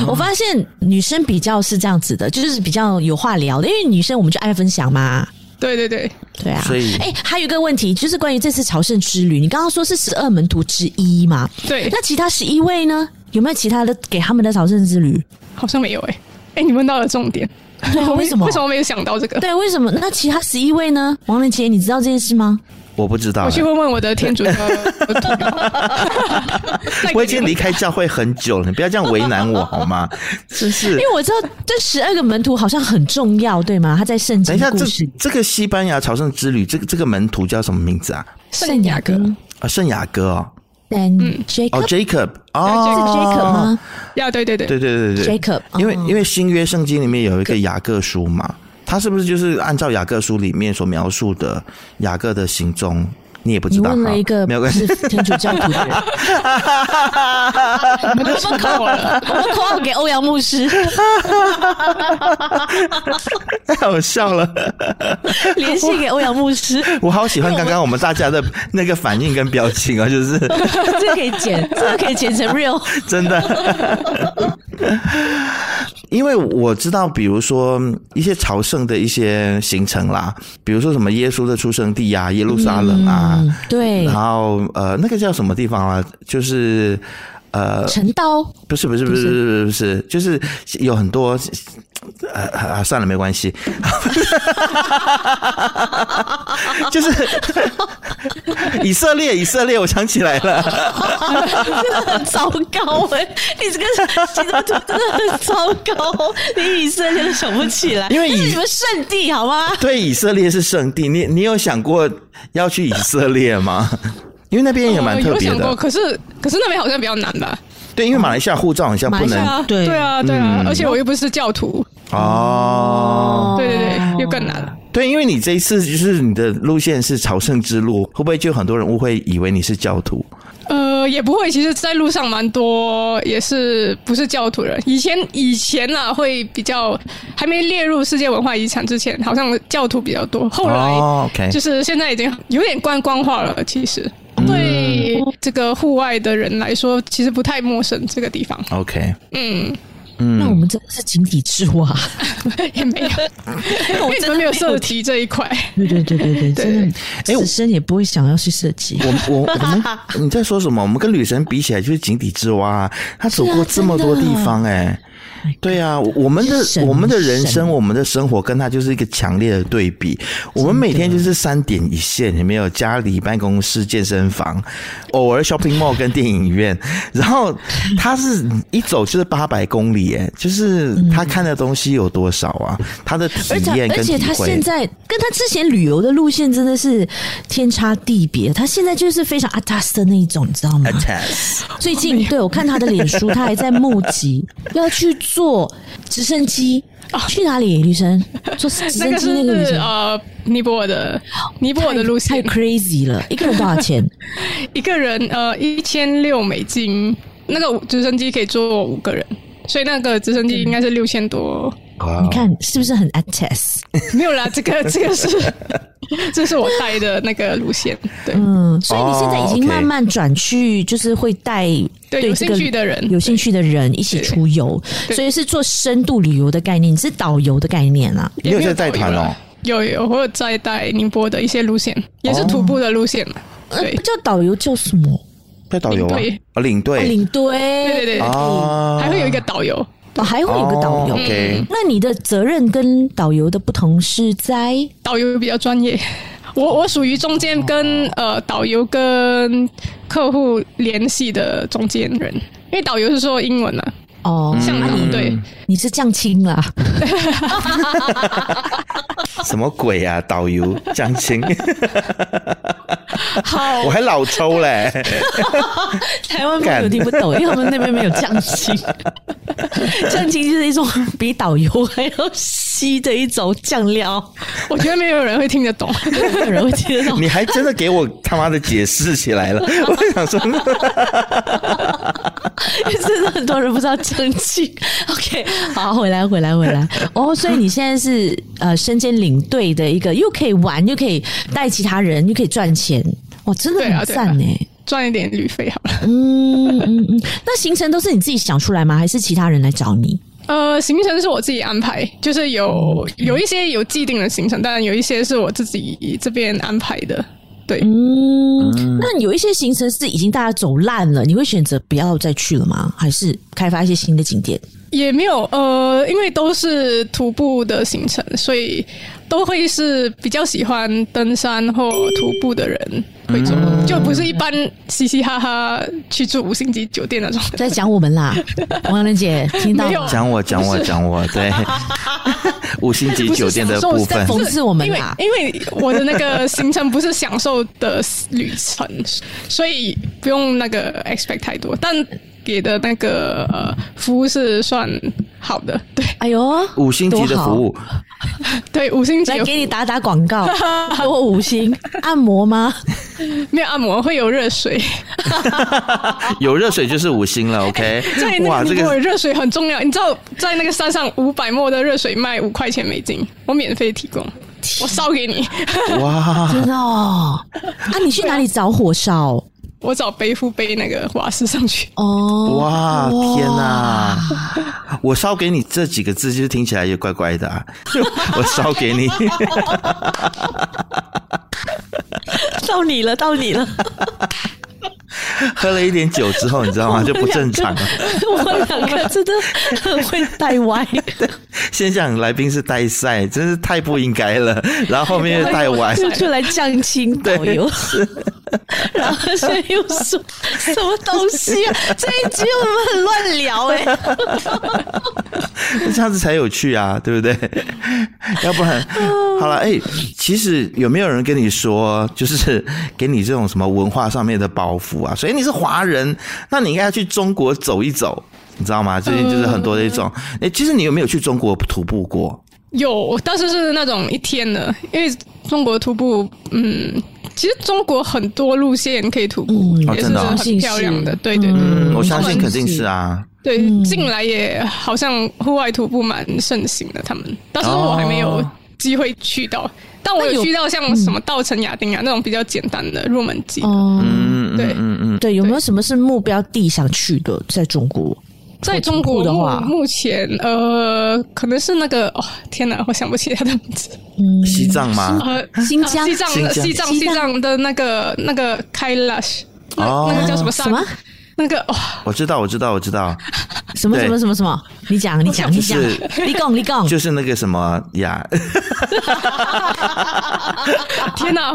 [SPEAKER 1] 我发现女生比较是这样子的，就是比较有话聊的，因为女生我们就爱分享嘛。
[SPEAKER 3] 对对对，
[SPEAKER 1] 对啊，
[SPEAKER 2] 所以
[SPEAKER 1] 哎、还有一个问题，就是关于这次朝圣之旅，你刚刚说是十二门徒之一嘛？
[SPEAKER 3] 对
[SPEAKER 1] 那其他十一位呢？有没有其他的给他们的朝圣之旅？
[SPEAKER 3] 好像没有哎、哎、你问到了重点，
[SPEAKER 1] 啊为什么
[SPEAKER 3] 为什么没有想到这个？
[SPEAKER 1] 对，为什么？那其他十一位呢？王仁杰，你知道这件事吗？
[SPEAKER 2] 我不知道
[SPEAKER 3] 我去
[SPEAKER 2] 欸，
[SPEAKER 3] 问问我的天主教徒吧 再给你们
[SPEAKER 2] 我已经离开教会很久了，你不要这样为难我好吗？真是
[SPEAKER 1] 因。为我知道这十二个门徒好像很重要，对吗？他在圣经
[SPEAKER 2] 等一下，
[SPEAKER 1] 故
[SPEAKER 2] 这
[SPEAKER 1] 事里，
[SPEAKER 2] 这个西班牙朝圣之旅，这个这个门徒叫什么名字啊？
[SPEAKER 1] 圣雅各、嗯
[SPEAKER 2] 啊，圣雅各哦，
[SPEAKER 1] 但 Jacob、
[SPEAKER 2] 哦，Jacob，
[SPEAKER 1] 是
[SPEAKER 2] 哦
[SPEAKER 1] Jacob 吗？
[SPEAKER 3] 呀， 对对对，
[SPEAKER 2] 对对对对
[SPEAKER 1] Jacob，
[SPEAKER 2] 因为
[SPEAKER 1] 哦
[SPEAKER 2] 因为新约圣经里面有一个雅各书嘛，它是不是就是按照雅各书里面所描述的雅各的行踪？你也不
[SPEAKER 1] 你
[SPEAKER 2] 知道，
[SPEAKER 1] 问
[SPEAKER 2] 哈
[SPEAKER 1] 了一个
[SPEAKER 2] 没有
[SPEAKER 1] 不
[SPEAKER 2] 关系
[SPEAKER 1] 是。天主教徒的 人，我们考我了，我们 call out 给欧阳牧师，
[SPEAKER 2] 太 好笑了，
[SPEAKER 1] 联系给欧阳牧 师，
[SPEAKER 2] 我好喜欢刚刚我们大家的那个反应跟表情啊， 就是
[SPEAKER 1] 这个可以剪，这个可以剪成 real。
[SPEAKER 2] 真的。 因为我知道，比如说一些朝圣的一些行程啦，比如说什么耶稣的出生地啊，耶路撒冷啊，
[SPEAKER 1] 嗯，对
[SPEAKER 2] 然，后呃，那个叫什么地方啊？就是呃，
[SPEAKER 1] 成刀
[SPEAKER 2] 不是不是不是不是不是，就是有很多，呃啊算了没关系， 就是 以色列以色列，我想起来了，
[SPEAKER 1] 真的很糟糕哎、你这个基督徒真的很糟糕，你以色列都想不起来，
[SPEAKER 2] 因为
[SPEAKER 1] 那是
[SPEAKER 2] 以
[SPEAKER 1] 你们圣地好吗？
[SPEAKER 2] 对以色列是圣地，你你有想过要去以色列吗？因为那边也蛮
[SPEAKER 3] 呃
[SPEAKER 2] 特
[SPEAKER 3] 有
[SPEAKER 2] 别
[SPEAKER 3] 想
[SPEAKER 2] 的，
[SPEAKER 3] 过，可是可是那边好像比较难吧？
[SPEAKER 2] 对，因为马来西亚护照好像不
[SPEAKER 1] 马来
[SPEAKER 2] 能
[SPEAKER 1] 西亚对
[SPEAKER 3] 对啊，对啊，对啊，而且我又不是教徒，
[SPEAKER 2] 哦，
[SPEAKER 3] 对对对，又更难了。
[SPEAKER 2] 对，因为你这一次就是你的路线是朝圣之路，会不会就很多人误会以为你是教徒？
[SPEAKER 3] 呃，也不会。其实，在路上蛮多，也是不是教徒人。以前以前啊，会比较还没列入世界文化遗产之前，好像教徒比较多。后来
[SPEAKER 2] 哦，OK，嗯
[SPEAKER 3] 就是现在已经有点观光化了。其实对这个户外的人来说，其实不太陌生这个地方。
[SPEAKER 2] OK，
[SPEAKER 3] 嗯，
[SPEAKER 1] 那我们真的是井底之蛙，
[SPEAKER 3] 也 没有，
[SPEAKER 1] 因为
[SPEAKER 3] 因为你们没有涉及这一块。
[SPEAKER 1] 对对对对对，真的，
[SPEAKER 2] 哎我
[SPEAKER 1] 此生也不会想要去设计。
[SPEAKER 2] 我我我们你在说什么？我们跟女神比起来就是井底之蛙、啊，她走过这么多地方哎、对啊，我我们的
[SPEAKER 1] 神
[SPEAKER 2] 我们的人
[SPEAKER 1] Oh 神
[SPEAKER 2] 生，我们的生活跟她就是一个强烈的对比。我们每天就是三点一线，有没有？家里、办公室、健身房，偶尔 shopping mall 跟电影院。然后她是一走就是八百公里、哎，就是她看的东西有多少啊？她的体
[SPEAKER 1] 而且
[SPEAKER 2] 验
[SPEAKER 1] 而
[SPEAKER 2] 跟体
[SPEAKER 1] 且他
[SPEAKER 2] 会
[SPEAKER 1] 现。在跟他之前旅游的路线真的是天差地别，他现在就是非常阿达斯的那一种，你知道吗？
[SPEAKER 2] Attacks
[SPEAKER 1] 最 近对我看他的脸书，他还在募集要去坐直升机，去哪里？女生 坐直
[SPEAKER 3] 哦那
[SPEAKER 1] 升
[SPEAKER 3] 个
[SPEAKER 1] 机那个旅
[SPEAKER 3] 是
[SPEAKER 1] 程。
[SPEAKER 3] 呃尼泊尔的尼泊尔的路
[SPEAKER 1] 太
[SPEAKER 3] 线，
[SPEAKER 1] crazy 了，一个人多少 钱？
[SPEAKER 3] 一个人呃一千六美金，那个直升机可以坐五个人，所以那个直升机应该是六千多。
[SPEAKER 2] 哇
[SPEAKER 1] 你看是不是很 a t e s
[SPEAKER 3] 没有啦，这 个这个是这是我带的那个路线，对，
[SPEAKER 1] 嗯，所以你现在已
[SPEAKER 2] 哦，OK
[SPEAKER 1] 经慢慢转去，就是会带
[SPEAKER 3] 哦对有
[SPEAKER 1] 这个
[SPEAKER 3] 兴趣的人
[SPEAKER 1] 有兴趣的人一起出游，所以是做深度旅游的概念，你是导游的概念啊啦。
[SPEAKER 2] 你有在带团哦？
[SPEAKER 3] 有有，我有在带宁波的一些路线，也是徒步的路线嘛，
[SPEAKER 2] 嗯
[SPEAKER 3] 对
[SPEAKER 1] 呃不叫导游叫什么？
[SPEAKER 2] 带导游啊
[SPEAKER 3] 领队，
[SPEAKER 2] 啊领队，
[SPEAKER 1] 领队。
[SPEAKER 3] 对对对，
[SPEAKER 2] 啊，
[SPEAKER 3] 还会有一个导游，
[SPEAKER 1] 哦，还会有一个导游。
[SPEAKER 2] 哦 OK，
[SPEAKER 1] 那你的责任跟导游的不同是在
[SPEAKER 3] 导游比较专业。我我属于中间跟呃导游跟客户联系的中间人，因为导游是说英文啊，
[SPEAKER 1] 哦，
[SPEAKER 2] 嗯
[SPEAKER 3] 向导对，
[SPEAKER 1] 你是降清啦，
[SPEAKER 2] 什么鬼啊？导游江 青，
[SPEAKER 1] 好
[SPEAKER 2] 我还老抽 嘞。
[SPEAKER 1] 台湾朋友听不懂，因为他们那边没有降 薪。降薪就是一种比导游还要稀的一种酱料，
[SPEAKER 3] 我觉得没有人会听得懂。
[SPEAKER 1] 没有人会听得懂。
[SPEAKER 2] 你还真的给我他妈的解释起来了，我想说，
[SPEAKER 1] 因为 真的很多人不知道降薪。OK，好，回来，回来，回来。 哦，所以你现在是呃身兼领队的一个，又可以玩，又可以带其他人，又可以赚钱。哇，真的
[SPEAKER 3] 对啊
[SPEAKER 1] 很
[SPEAKER 3] 对啊
[SPEAKER 1] 赞哎、
[SPEAKER 3] 赚一点旅费好了。
[SPEAKER 1] 嗯嗯嗯，那行程都是你自己想出来吗？还是其他人来找你？
[SPEAKER 3] 呃，行程是我自己安排，就是有有一些有既定的行程，当然有一些是我自己这边安排的。对，
[SPEAKER 1] 嗯，那有一些行程是已经大家走烂了，你会选择不要再去了吗？还是开发一些新的景点？
[SPEAKER 3] 也没有呃，因为都是徒步的行程，所以都会是比较喜欢登山或徒步的人会做，就不是一般嘻嘻哈哈去住五星级酒店那种。
[SPEAKER 1] 在讲我们 啦，王仁姐听到
[SPEAKER 3] 没有
[SPEAKER 1] 吗
[SPEAKER 2] 讲我 讲我讲我，对，五星级酒店的部分
[SPEAKER 1] 不讽刺我们啊
[SPEAKER 3] 因为
[SPEAKER 1] 啦。
[SPEAKER 3] 因为我的那个行程不是享受的旅 程，所以不用那个 expect 太多，但给的那个呃服务是算好的，对
[SPEAKER 1] 哎呦，
[SPEAKER 2] 五星级的服务，
[SPEAKER 3] 对，五星级
[SPEAKER 1] 多好，来
[SPEAKER 3] 有
[SPEAKER 1] 给你打打广告， 给我五星按摩 吗？
[SPEAKER 3] 没有按摩会有 热水，
[SPEAKER 2] 有热水就是五星了，OK
[SPEAKER 3] 在。那
[SPEAKER 2] 哇，
[SPEAKER 3] 个
[SPEAKER 2] 这
[SPEAKER 3] 尼泊尔
[SPEAKER 2] 个
[SPEAKER 3] 热水很重要，你知道在那个山上五百沫的热水卖五块钱美金，我免费提供，我烧给你，
[SPEAKER 2] 哇，
[SPEAKER 1] 真的哦，啊，你去哪里找火烧？
[SPEAKER 3] 我找背夫背那个瓦斯上去，
[SPEAKER 1] 哦，
[SPEAKER 2] 哇，天哪、我烧给你这几个字，就是听起来也怪怪的、啊。 我烧给你，
[SPEAKER 1] 到你了，到你了。
[SPEAKER 2] 喝了一点酒之后，你知道吗？就不正常了。
[SPEAKER 1] 我们两个真的很会带歪，
[SPEAKER 2] 先想来宾是带赛，真是太不应该 了。然后后面又带歪，
[SPEAKER 1] 就就来降清导游， 然后现在又说什么东西 啊？这一集我们很乱聊哎、
[SPEAKER 2] 这样子才有趣啊，对不 对？要不 然，好了，哎、其实有没有人跟你说，就是给你这种什么文化上面的包袱啊？所以你是华人，那你应该要去中国走一走，你知道吗？最近就是很多这种，哎、其实你有没有去中国徒步过？
[SPEAKER 3] 有，但是是那种一天的，因为中国徒步，嗯，其实中国很多路线可以徒步，
[SPEAKER 2] 哦
[SPEAKER 3] 也是
[SPEAKER 2] 真的啊
[SPEAKER 3] 很漂亮的，
[SPEAKER 1] 嗯
[SPEAKER 3] 对对对。
[SPEAKER 2] 嗯，我相
[SPEAKER 3] 他
[SPEAKER 2] 信
[SPEAKER 3] 们
[SPEAKER 2] 肯定是啊。
[SPEAKER 3] 对，近来也好像户外徒步蛮盛行的，他们，但是我还没有
[SPEAKER 2] 哦
[SPEAKER 3] 机会去到，但我
[SPEAKER 1] 那有
[SPEAKER 3] 有去到像什么稻城亚丁啊那种比较简单的入门级的，
[SPEAKER 1] 哦、
[SPEAKER 2] 嗯，
[SPEAKER 3] 对
[SPEAKER 2] 嗯嗯嗯，
[SPEAKER 1] 对，有没有什么是目标地想去的？在中国，
[SPEAKER 3] 在中
[SPEAKER 1] 徒步
[SPEAKER 3] 国
[SPEAKER 1] 的
[SPEAKER 3] 目
[SPEAKER 1] 话
[SPEAKER 3] 目前呃可能是那个哦天哪，我想不起他的名字，
[SPEAKER 1] 嗯，
[SPEAKER 2] 西藏吗？
[SPEAKER 3] 呃，
[SPEAKER 1] 新疆
[SPEAKER 3] 啊西藏的
[SPEAKER 2] 新
[SPEAKER 3] 西
[SPEAKER 2] 疆
[SPEAKER 3] 藏
[SPEAKER 1] 西
[SPEAKER 3] 西
[SPEAKER 1] 藏
[SPEAKER 3] 藏的那个那个 Kailash，那
[SPEAKER 2] 哦
[SPEAKER 3] 那个叫什么山
[SPEAKER 1] 什么？
[SPEAKER 3] 那个哦，
[SPEAKER 2] 我知道，我知道，我知道，
[SPEAKER 1] 什么什么什么什么？你讲，你讲，你讲
[SPEAKER 2] 就是，
[SPEAKER 1] 你讲，你讲，
[SPEAKER 2] 就是那个什么呀，
[SPEAKER 3] 天哪！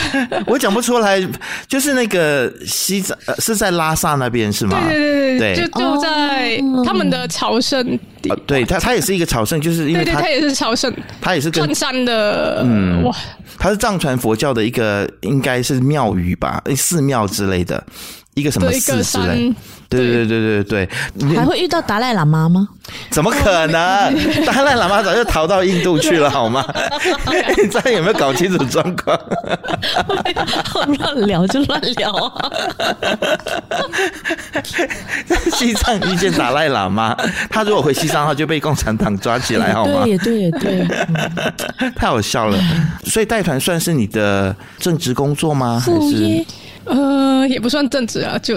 [SPEAKER 2] 我讲不出来，就是那个西藏、呃、是在拉萨那边是吗？
[SPEAKER 3] 对对对
[SPEAKER 2] 对
[SPEAKER 3] 就就在
[SPEAKER 1] 哦
[SPEAKER 3] 他们的朝圣地
[SPEAKER 2] 呃，对他，他也是一个朝圣，就是因为
[SPEAKER 3] 对对，
[SPEAKER 2] 他
[SPEAKER 3] 他也是朝圣
[SPEAKER 2] 他也是跟
[SPEAKER 3] 串山的，哇，
[SPEAKER 2] 他是藏传佛教的一个应该是庙宇吧，诶寺庙之类的，一个什么
[SPEAKER 3] 的一
[SPEAKER 2] 寺
[SPEAKER 3] 个
[SPEAKER 2] 之类
[SPEAKER 3] 山
[SPEAKER 2] 的。，对对对对对，你
[SPEAKER 1] 还会遇到达赖喇嘛吗？
[SPEAKER 2] 怎么可能？ 达赖喇嘛早就逃到印度去了，好吗？你这有没有搞清楚状况？
[SPEAKER 1] 乱聊就乱聊啊！
[SPEAKER 2] 西藏遇见达赖喇嘛，他如果回西藏，他就被共产党抓起来，好吗？
[SPEAKER 1] 对对对，
[SPEAKER 2] 太好笑 了。所以带团算是你的正职工作吗？还
[SPEAKER 1] 副
[SPEAKER 2] 是
[SPEAKER 1] 业
[SPEAKER 3] 呃，也不算正职啊，就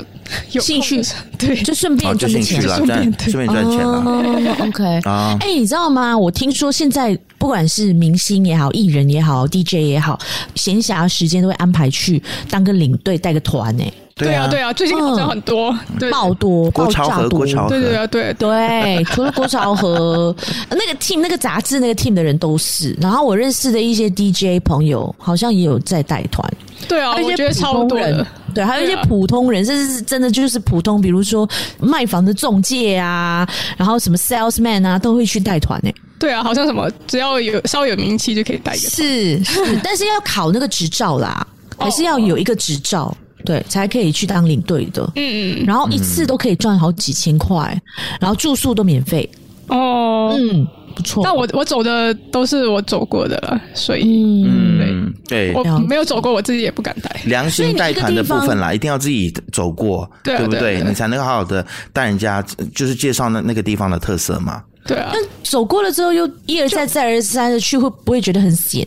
[SPEAKER 3] 有
[SPEAKER 1] 兴趣
[SPEAKER 3] 空对，
[SPEAKER 1] 就顺
[SPEAKER 2] 哦，
[SPEAKER 1] 便
[SPEAKER 2] 就
[SPEAKER 1] 赚
[SPEAKER 2] 兴
[SPEAKER 1] 个钱
[SPEAKER 2] 趣了，
[SPEAKER 3] 顺
[SPEAKER 2] 赚
[SPEAKER 3] 便对
[SPEAKER 2] 顺便赚钱了。
[SPEAKER 1] 哦，OK，
[SPEAKER 2] 啊
[SPEAKER 1] 哎、你知道吗？我听说现在不管是明星也好、艺人也好、DJ 也好，闲暇时间都会安排去当个领队、带个团、欸，
[SPEAKER 3] 对啊对啊，最近好像很多，对
[SPEAKER 1] 爆多
[SPEAKER 2] 郭
[SPEAKER 1] 爆
[SPEAKER 2] 朝
[SPEAKER 1] 炸
[SPEAKER 2] 和
[SPEAKER 1] 多
[SPEAKER 2] 郭。朝和
[SPEAKER 3] 对对啊对，
[SPEAKER 1] 对，除了郭朝和 那个 team、那个杂志、那个 team 的人都是，然后我认识的一些 DJ 朋友好像也有在带团，
[SPEAKER 3] 对啊，
[SPEAKER 1] 还有
[SPEAKER 3] 我
[SPEAKER 1] 一
[SPEAKER 3] 觉
[SPEAKER 1] 些
[SPEAKER 3] 得
[SPEAKER 1] 普
[SPEAKER 3] 超
[SPEAKER 1] 通
[SPEAKER 3] 多
[SPEAKER 1] 人
[SPEAKER 3] 的。，
[SPEAKER 1] 对，还有一些
[SPEAKER 3] 对啊
[SPEAKER 1] 普通人，甚至是真的就是普通，比如说卖房的中介啊，然后什么 salesman 啊，都会去带团诶、
[SPEAKER 3] 对啊，好像什么只要有稍微有名气就可以带一个。
[SPEAKER 1] 是 是，但是要考那个执照啦，
[SPEAKER 3] 哦
[SPEAKER 1] 还是要有一个执照，对，才可以去当领队的。
[SPEAKER 3] 嗯
[SPEAKER 1] 然后一次都可以赚好几千块，然后住宿都免费，
[SPEAKER 3] 哦，
[SPEAKER 1] 嗯，不错。
[SPEAKER 3] 但我我走的都是我走过的了，所以
[SPEAKER 1] 嗯，
[SPEAKER 2] 嗯，对。
[SPEAKER 3] 啊我
[SPEAKER 1] 了解
[SPEAKER 3] 没有走过，我自己也不敢带。
[SPEAKER 2] 良心带团的部分啦，一定要自己走过，
[SPEAKER 3] 对啊
[SPEAKER 2] 不
[SPEAKER 3] 对啊对啊
[SPEAKER 2] 你才能好好的带人家，就是介绍那那个地方的特色嘛。
[SPEAKER 3] 对啊，
[SPEAKER 1] 走过了之后又一而再再而三的去，会不会觉得很险？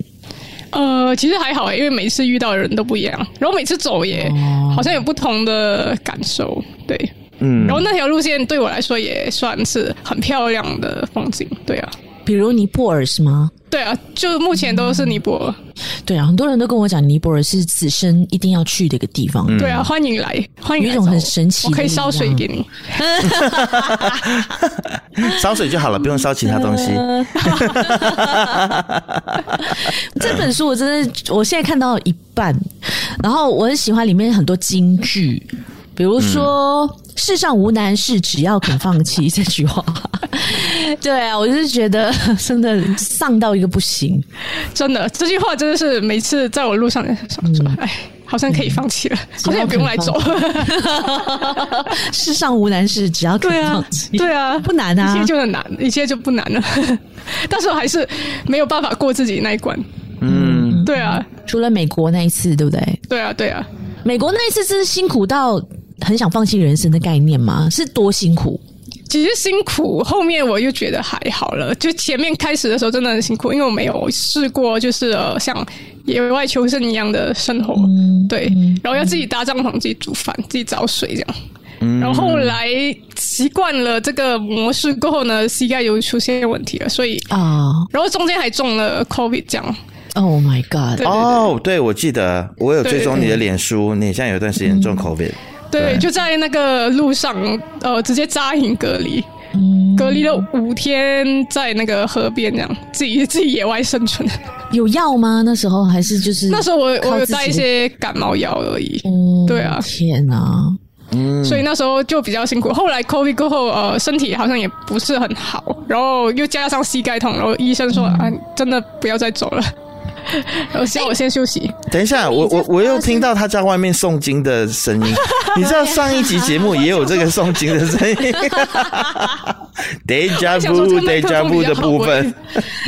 [SPEAKER 3] 呃，其实还好欸，因为每次遇到的人都不一样，然后每次走也、
[SPEAKER 1] 哦
[SPEAKER 3] 好像有不同的感受，对，
[SPEAKER 2] 嗯
[SPEAKER 3] 然，后那条路线对我来说也算是很漂亮的风景，对啊，
[SPEAKER 1] 比如尼泊尔是吗？
[SPEAKER 3] 对啊，就目前都是尼泊尔，
[SPEAKER 1] 对啊，很多人都跟我讲，尼泊尔是此生一定要去的一个地方。
[SPEAKER 2] 嗯
[SPEAKER 3] 对啊，欢迎来，欢迎
[SPEAKER 1] 有
[SPEAKER 3] 来
[SPEAKER 1] 一种
[SPEAKER 3] 找
[SPEAKER 1] 很
[SPEAKER 3] 我
[SPEAKER 1] 神奇
[SPEAKER 3] 我
[SPEAKER 1] 的
[SPEAKER 3] 可以
[SPEAKER 1] 力
[SPEAKER 3] 烧水
[SPEAKER 1] 量
[SPEAKER 3] 给你，
[SPEAKER 2] 烧水就好了，不用烧其他东西。
[SPEAKER 1] 这本书我真的，我现在看到一半，然后我很喜欢里面很多金句，比如说“世上无难事，只要肯放弃”这句话。对啊，我就是觉得真的丧到一个不行。
[SPEAKER 3] 真的，这句话真的是每次在我路上想说，哎、好像可以放弃了，
[SPEAKER 1] 嗯
[SPEAKER 3] 好像也不用来走，
[SPEAKER 1] 世上无难事，只要肯
[SPEAKER 3] 对啊
[SPEAKER 1] 放弃。，
[SPEAKER 3] 对啊，
[SPEAKER 1] 不难啊
[SPEAKER 3] 一切就很难，一切就不难了。 但是我还是没有办法过自己那一关。
[SPEAKER 2] 嗯，
[SPEAKER 3] 对啊，
[SPEAKER 1] 除了美国那一次，对不对？
[SPEAKER 3] 对啊，对啊，
[SPEAKER 1] 美国那一次真是辛苦到很想放弃人生的概念吗？是多辛苦？
[SPEAKER 3] 其实辛苦，后面我又觉得还好了。就前面开始的时候真的很辛苦，因为我没有试过，就是、呃、像野外求生一样的生活。
[SPEAKER 1] 嗯
[SPEAKER 3] 对，然后要自己搭帐篷、自己煮饭、自己找水这样。然后后来习惯了这个模式过后呢，膝盖有出现问题了，所以
[SPEAKER 1] 啊、
[SPEAKER 3] 然后中间还中了 COVID 这样。
[SPEAKER 1] o h？Oh my God！
[SPEAKER 3] 对
[SPEAKER 2] 哦，对，我记得我有追踪
[SPEAKER 3] 对嗯
[SPEAKER 2] 你的脸书，你现在有一段时间中 COVID，
[SPEAKER 3] 对对，就在那个路上，呃，直接扎营隔离，
[SPEAKER 1] 嗯
[SPEAKER 3] 隔离了五天，在那个河边这样自己自己野外生存。
[SPEAKER 1] 有药吗？那时候还是就是
[SPEAKER 3] 那时候我我
[SPEAKER 1] 嗯靠
[SPEAKER 3] 有
[SPEAKER 1] 自己
[SPEAKER 3] 带一些感冒药而已，
[SPEAKER 1] 嗯
[SPEAKER 3] 对啊
[SPEAKER 1] 天啊，
[SPEAKER 3] 所以那时候就比较辛苦。后来 COVID 过后，呃，身体好像也不是很好，然后又加上膝盖痛，然后医生
[SPEAKER 1] 嗯
[SPEAKER 3] 说、啊，真的不要再走 了，我希望我先休息。
[SPEAKER 2] 等一下，我我我又听到他在外面诵经的声 音。你知道上一
[SPEAKER 3] 啊
[SPEAKER 2] 集节目也有这个诵经的 声音，deja
[SPEAKER 3] 我想说
[SPEAKER 2] vu
[SPEAKER 3] 这个麦克
[SPEAKER 2] deja
[SPEAKER 3] 风
[SPEAKER 2] vu
[SPEAKER 3] 比
[SPEAKER 2] 的
[SPEAKER 3] 较好
[SPEAKER 2] 部分，，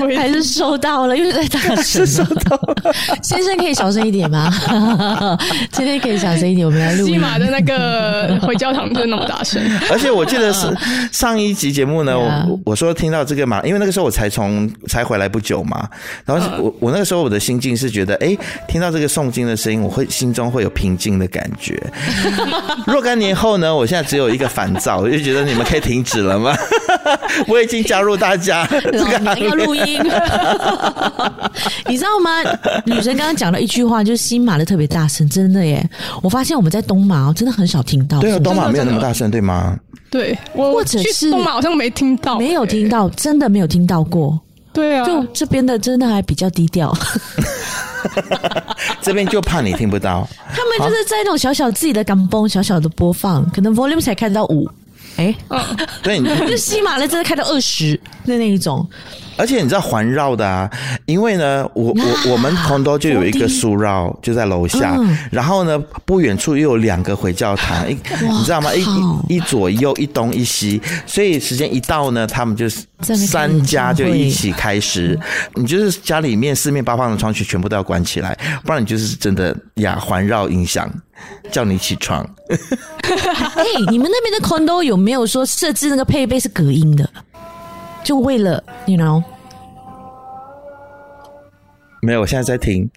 [SPEAKER 3] 我也我
[SPEAKER 1] 还
[SPEAKER 3] 也
[SPEAKER 1] 是收到了，因为在大啊声。收到 了，先生可以小声一点吗？ 今天可以小声一点，我们来录
[SPEAKER 3] 西
[SPEAKER 1] 音。
[SPEAKER 3] 马的那个回教堂真的那么大声，
[SPEAKER 2] 而且我记得是
[SPEAKER 3] 嗯
[SPEAKER 2] 上一集节目呢，
[SPEAKER 1] 对啊
[SPEAKER 2] 我我说听到这个嘛，因为那个时候我才从才回来不久嘛，然
[SPEAKER 3] 嗯
[SPEAKER 2] 后我我那个时候我的心境是觉得，哎，听到这个诵经的声音，我会心中会有平静的感 觉。若干年后呢，我现在只有一个烦躁，我就觉得你们可以停止了吗？ 我已经加入大家这个
[SPEAKER 1] 然后
[SPEAKER 2] 行
[SPEAKER 1] 你要
[SPEAKER 2] 列。
[SPEAKER 1] 录 音，你知道吗？女神刚刚讲了一句话，就是新马的特别大声，真的耶！我发现我们在东马哦真的很少听到，
[SPEAKER 2] 对啊，
[SPEAKER 1] 是不
[SPEAKER 2] 东马
[SPEAKER 3] 真的
[SPEAKER 2] 没有那么
[SPEAKER 3] 真的
[SPEAKER 2] 大声，对吗？
[SPEAKER 3] 对我
[SPEAKER 1] 或者
[SPEAKER 3] 去
[SPEAKER 1] 是
[SPEAKER 3] 东马好像没听到，欸
[SPEAKER 1] 是没有听，到，真的没有听到过。
[SPEAKER 3] 对啊，
[SPEAKER 1] 就这边的真的还比较低 调，
[SPEAKER 2] 这边就怕你听不到。
[SPEAKER 1] 他们就是在那种小小自己的港崩小小的播放，可能 volume 才开到五，哎、
[SPEAKER 2] 对，你
[SPEAKER 1] 就西马的真的开到二十的那一种，
[SPEAKER 2] 而且你知道环绕的啊，因为呢，我我我们 condo 就有一个苏绕，就在楼下，
[SPEAKER 1] 嗯
[SPEAKER 2] 然后呢，不远处又有两个回教堂，一你知道吗？一
[SPEAKER 1] 靠
[SPEAKER 2] 一一左右，一东一西，所以时间一到呢，他们就是
[SPEAKER 1] 在那边开
[SPEAKER 2] 三
[SPEAKER 1] 演
[SPEAKER 2] 家
[SPEAKER 1] 唱
[SPEAKER 2] 就
[SPEAKER 1] 会
[SPEAKER 2] 一起开始，你就是家里面四面八方的窗户全部都要关起来，不然你就是真的呀环绕音响叫你起床。
[SPEAKER 1] 哎、你们那边的 condo 有没有说设置那个配备是隔音的？就为了 you know，
[SPEAKER 2] 没有，我现在在听。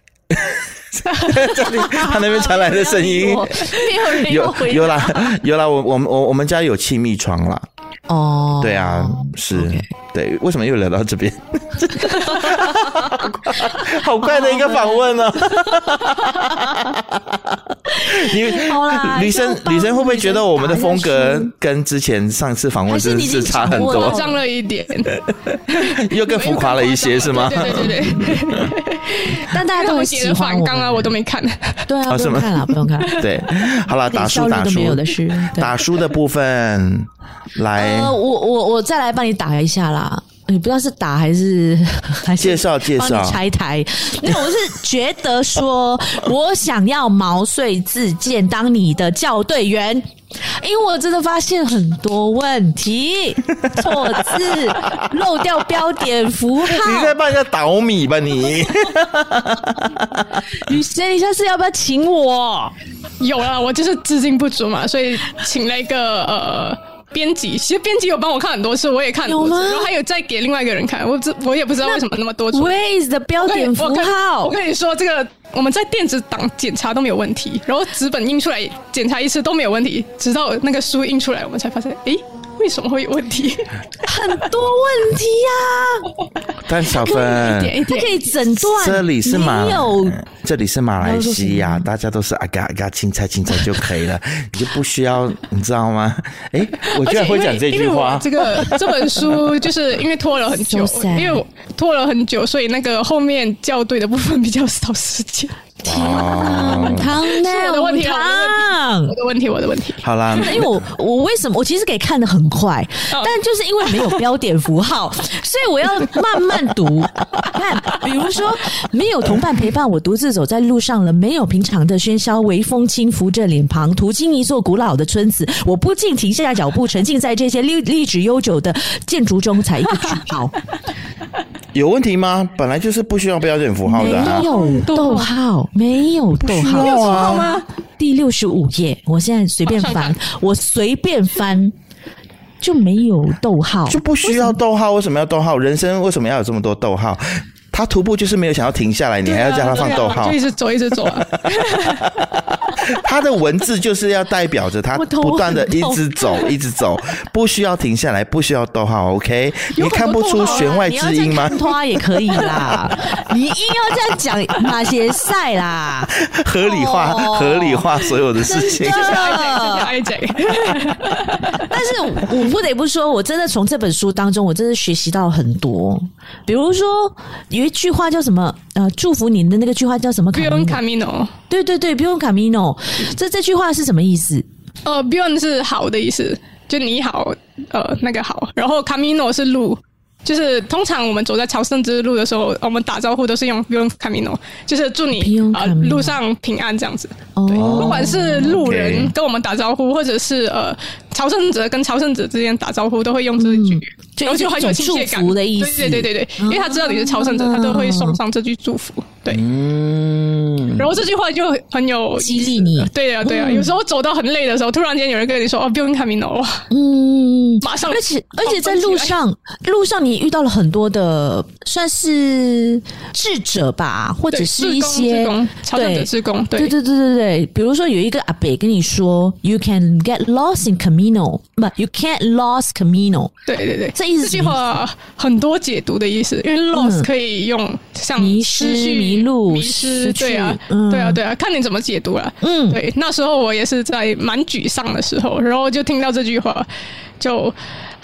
[SPEAKER 2] 在听他那边传来的声音，
[SPEAKER 1] 没有人要
[SPEAKER 2] 有
[SPEAKER 1] 回
[SPEAKER 2] 有啦有啦，我我们我我们家有气密窗啦，
[SPEAKER 1] 哦，
[SPEAKER 2] 对啊，是对，为什么又聊到这边？好快的一个访问哦！
[SPEAKER 1] 好啦
[SPEAKER 2] 你女生
[SPEAKER 1] 就帮
[SPEAKER 2] 女生会不会觉得我们的风
[SPEAKER 1] 女
[SPEAKER 2] 格
[SPEAKER 1] 生
[SPEAKER 2] 跟之前上次访问
[SPEAKER 1] 还是
[SPEAKER 2] 真的
[SPEAKER 1] 你已
[SPEAKER 2] 是
[SPEAKER 1] 经
[SPEAKER 2] 差很
[SPEAKER 1] 掌握
[SPEAKER 3] 夸
[SPEAKER 1] 了
[SPEAKER 2] 多，
[SPEAKER 3] 张了一点，
[SPEAKER 2] 又更浮夸了一些是吗？
[SPEAKER 3] 对对对对，
[SPEAKER 1] 但大家
[SPEAKER 3] 他
[SPEAKER 1] 都
[SPEAKER 3] 们
[SPEAKER 1] 很
[SPEAKER 3] 写
[SPEAKER 1] 喜
[SPEAKER 3] 的
[SPEAKER 1] 欢
[SPEAKER 3] 反
[SPEAKER 1] 我
[SPEAKER 3] 纲啊，我都没看。
[SPEAKER 1] 对啊，
[SPEAKER 2] 哦
[SPEAKER 1] 不
[SPEAKER 2] 是
[SPEAKER 1] 用
[SPEAKER 2] 吗
[SPEAKER 1] 看了，不用看，
[SPEAKER 2] 对，好啦，打
[SPEAKER 1] 连效
[SPEAKER 2] 输
[SPEAKER 1] 率
[SPEAKER 2] 打
[SPEAKER 1] 都没
[SPEAKER 2] 输
[SPEAKER 1] 有的是对
[SPEAKER 2] 打输的部分来
[SPEAKER 1] 呃，我我我再来帮你打一下啦。你不知道是打还是还是
[SPEAKER 2] 介绍介绍
[SPEAKER 1] 帮你拆台。那我是觉得说，我想要毛遂自荐当你的校队员，因为我真的发现很多问题，错字漏掉标点符号。
[SPEAKER 2] 你在帮人家倒米吧你？
[SPEAKER 1] 雨贤，你下次要不要请我？
[SPEAKER 3] 有啦，我就是资金不足嘛，所以请了一个呃编辑。其实编辑有帮我看很多次，我也看很多
[SPEAKER 1] 有吗
[SPEAKER 3] 次，然后还有再给另外一个人看。我知我也不知道为什么那么多组。
[SPEAKER 1] Where is the 标
[SPEAKER 3] 我跟
[SPEAKER 1] 点
[SPEAKER 3] 你
[SPEAKER 1] 符
[SPEAKER 3] 我跟
[SPEAKER 1] 号
[SPEAKER 3] 我跟你说，这个我们在电子档检查都没有问题，然后纸本印出来检查一次都没有问题，直到那个书印出来，我们才发现，诶，为什么会有问题？
[SPEAKER 1] 很多问题呀、
[SPEAKER 2] 但小
[SPEAKER 3] 一
[SPEAKER 2] 芬，
[SPEAKER 3] 点一
[SPEAKER 1] 它
[SPEAKER 3] 点
[SPEAKER 1] 可以诊断。
[SPEAKER 2] 这里是嗯马
[SPEAKER 1] 没有，
[SPEAKER 2] 这里是马来西亚，大家都是阿嘎阿嘎青菜青菜就可 以了，你就不需要，你知道吗？ 哎，我居然会讲这
[SPEAKER 3] 因为
[SPEAKER 2] 句
[SPEAKER 3] 我
[SPEAKER 2] 话，
[SPEAKER 3] 这个这本书就是因为拖了很久
[SPEAKER 1] So，sad
[SPEAKER 3] 因为我拖了很久，所以那个后面校对的部分比较少 时间。
[SPEAKER 1] 嗯汤
[SPEAKER 3] 是
[SPEAKER 1] 奈
[SPEAKER 3] 我的问题啊
[SPEAKER 1] 汤
[SPEAKER 3] 我。的问题，我的问题。
[SPEAKER 2] 好啦，
[SPEAKER 1] 因为我我为什么我其实可以看得很快，
[SPEAKER 3] 哦
[SPEAKER 1] 但就是因为没有标点符号， 所以我要慢慢读。看，比如说没有同伴陪伴，我独自走在路上了；没有平常的喧嚣，微风轻拂着脸庞。途经一座古老的村子，我不禁停下脚步，沉浸在这些历历史悠久的建筑中，才一个句号，
[SPEAKER 2] 有问题吗？本来就是不需要标点符号的、啊
[SPEAKER 1] 没，有逗号，没有逗号，
[SPEAKER 2] 没有啊，
[SPEAKER 1] 第六十五页，我现在随便翻，我随便翻就没有逗号，
[SPEAKER 2] 就不需要逗号，为什么要逗号？人生为什么要有这么多逗号？他徒步就是没有想要停下来，你还要叫他放
[SPEAKER 3] 对啊
[SPEAKER 2] 逗号
[SPEAKER 3] 就一，直走，一直走啊。
[SPEAKER 2] 它的文字就是要代表着它
[SPEAKER 1] 我头
[SPEAKER 2] 不断的
[SPEAKER 1] 很
[SPEAKER 2] 一
[SPEAKER 1] 痛
[SPEAKER 2] 直走，一直走，不需要停下来，不需要逗号，OK？你看不出弦外之音
[SPEAKER 1] 你要再
[SPEAKER 2] 吗
[SPEAKER 1] 看？拖也可以啦， 你硬要这样讲马鞋赛啦，
[SPEAKER 2] 合理化，
[SPEAKER 1] 哦
[SPEAKER 2] 合理化所有的事
[SPEAKER 1] 真。
[SPEAKER 2] 情
[SPEAKER 1] 的
[SPEAKER 3] i j
[SPEAKER 1] 但是我不得不说，我真的从这本书当中，我真的学习到很多。比如说有一句话叫什么？呃，祝福您的那个句话叫什么？
[SPEAKER 3] b e y o n d Camino，
[SPEAKER 1] 对对对，不用 Camino。这这句话是什么意思？
[SPEAKER 3] 呃 b e y o n d 是好的意思，就你好，呃，那个好，然后 Camino 是路。就是通常我们走在朝圣之路的时候，我们打招呼都是用 b e y o n d Camino，就是祝你
[SPEAKER 1] Beyond
[SPEAKER 3] 啊、呃
[SPEAKER 1] Camino
[SPEAKER 3] 路上平安这样子。对，不
[SPEAKER 1] 哦，
[SPEAKER 3] 管是路人
[SPEAKER 2] OK
[SPEAKER 3] 跟我们打招呼，或者是呃朝圣者跟朝圣者之间打招呼，都会用这一句，
[SPEAKER 1] 嗯就
[SPEAKER 3] 然后就很有亲切
[SPEAKER 1] 一种祝福
[SPEAKER 3] 感
[SPEAKER 1] 的意思嗯
[SPEAKER 3] 对对对对对，因为他知道你是朝圣者，他都会送上这句祝福。对，
[SPEAKER 2] 嗯，
[SPEAKER 3] 然后这句话就很有
[SPEAKER 1] 激励你
[SPEAKER 3] 对呀、对呀、啊有时候走到很累的时候，突然间有人跟你说：“哦，不用看明哦，哇
[SPEAKER 1] 嗯。
[SPEAKER 3] 马上。”
[SPEAKER 1] 而且而且在路上，
[SPEAKER 3] 哎
[SPEAKER 1] 路上你遇到了很多的算是智者吧，或
[SPEAKER 3] 对
[SPEAKER 1] 者是一
[SPEAKER 3] 志
[SPEAKER 1] 些
[SPEAKER 3] 工志工朝圣者志工，
[SPEAKER 1] 对
[SPEAKER 3] 对，
[SPEAKER 1] 对对对对，比如说有一个阿北跟你说，You can get lost in Camino，不，You can't lost Camino。
[SPEAKER 3] 对对对，
[SPEAKER 1] 这意思是嗯
[SPEAKER 3] 句话很多解读的意思，因为 loss 可以用像
[SPEAKER 1] 迷失
[SPEAKER 3] 失去
[SPEAKER 1] 迷路
[SPEAKER 3] 迷失，
[SPEAKER 1] 失去
[SPEAKER 3] 对啊，
[SPEAKER 1] 嗯
[SPEAKER 3] 对啊，对啊，看你怎么解读了。
[SPEAKER 1] 嗯
[SPEAKER 3] 对，那时候我也是在蛮沮丧的时候，然后就听到这句话，就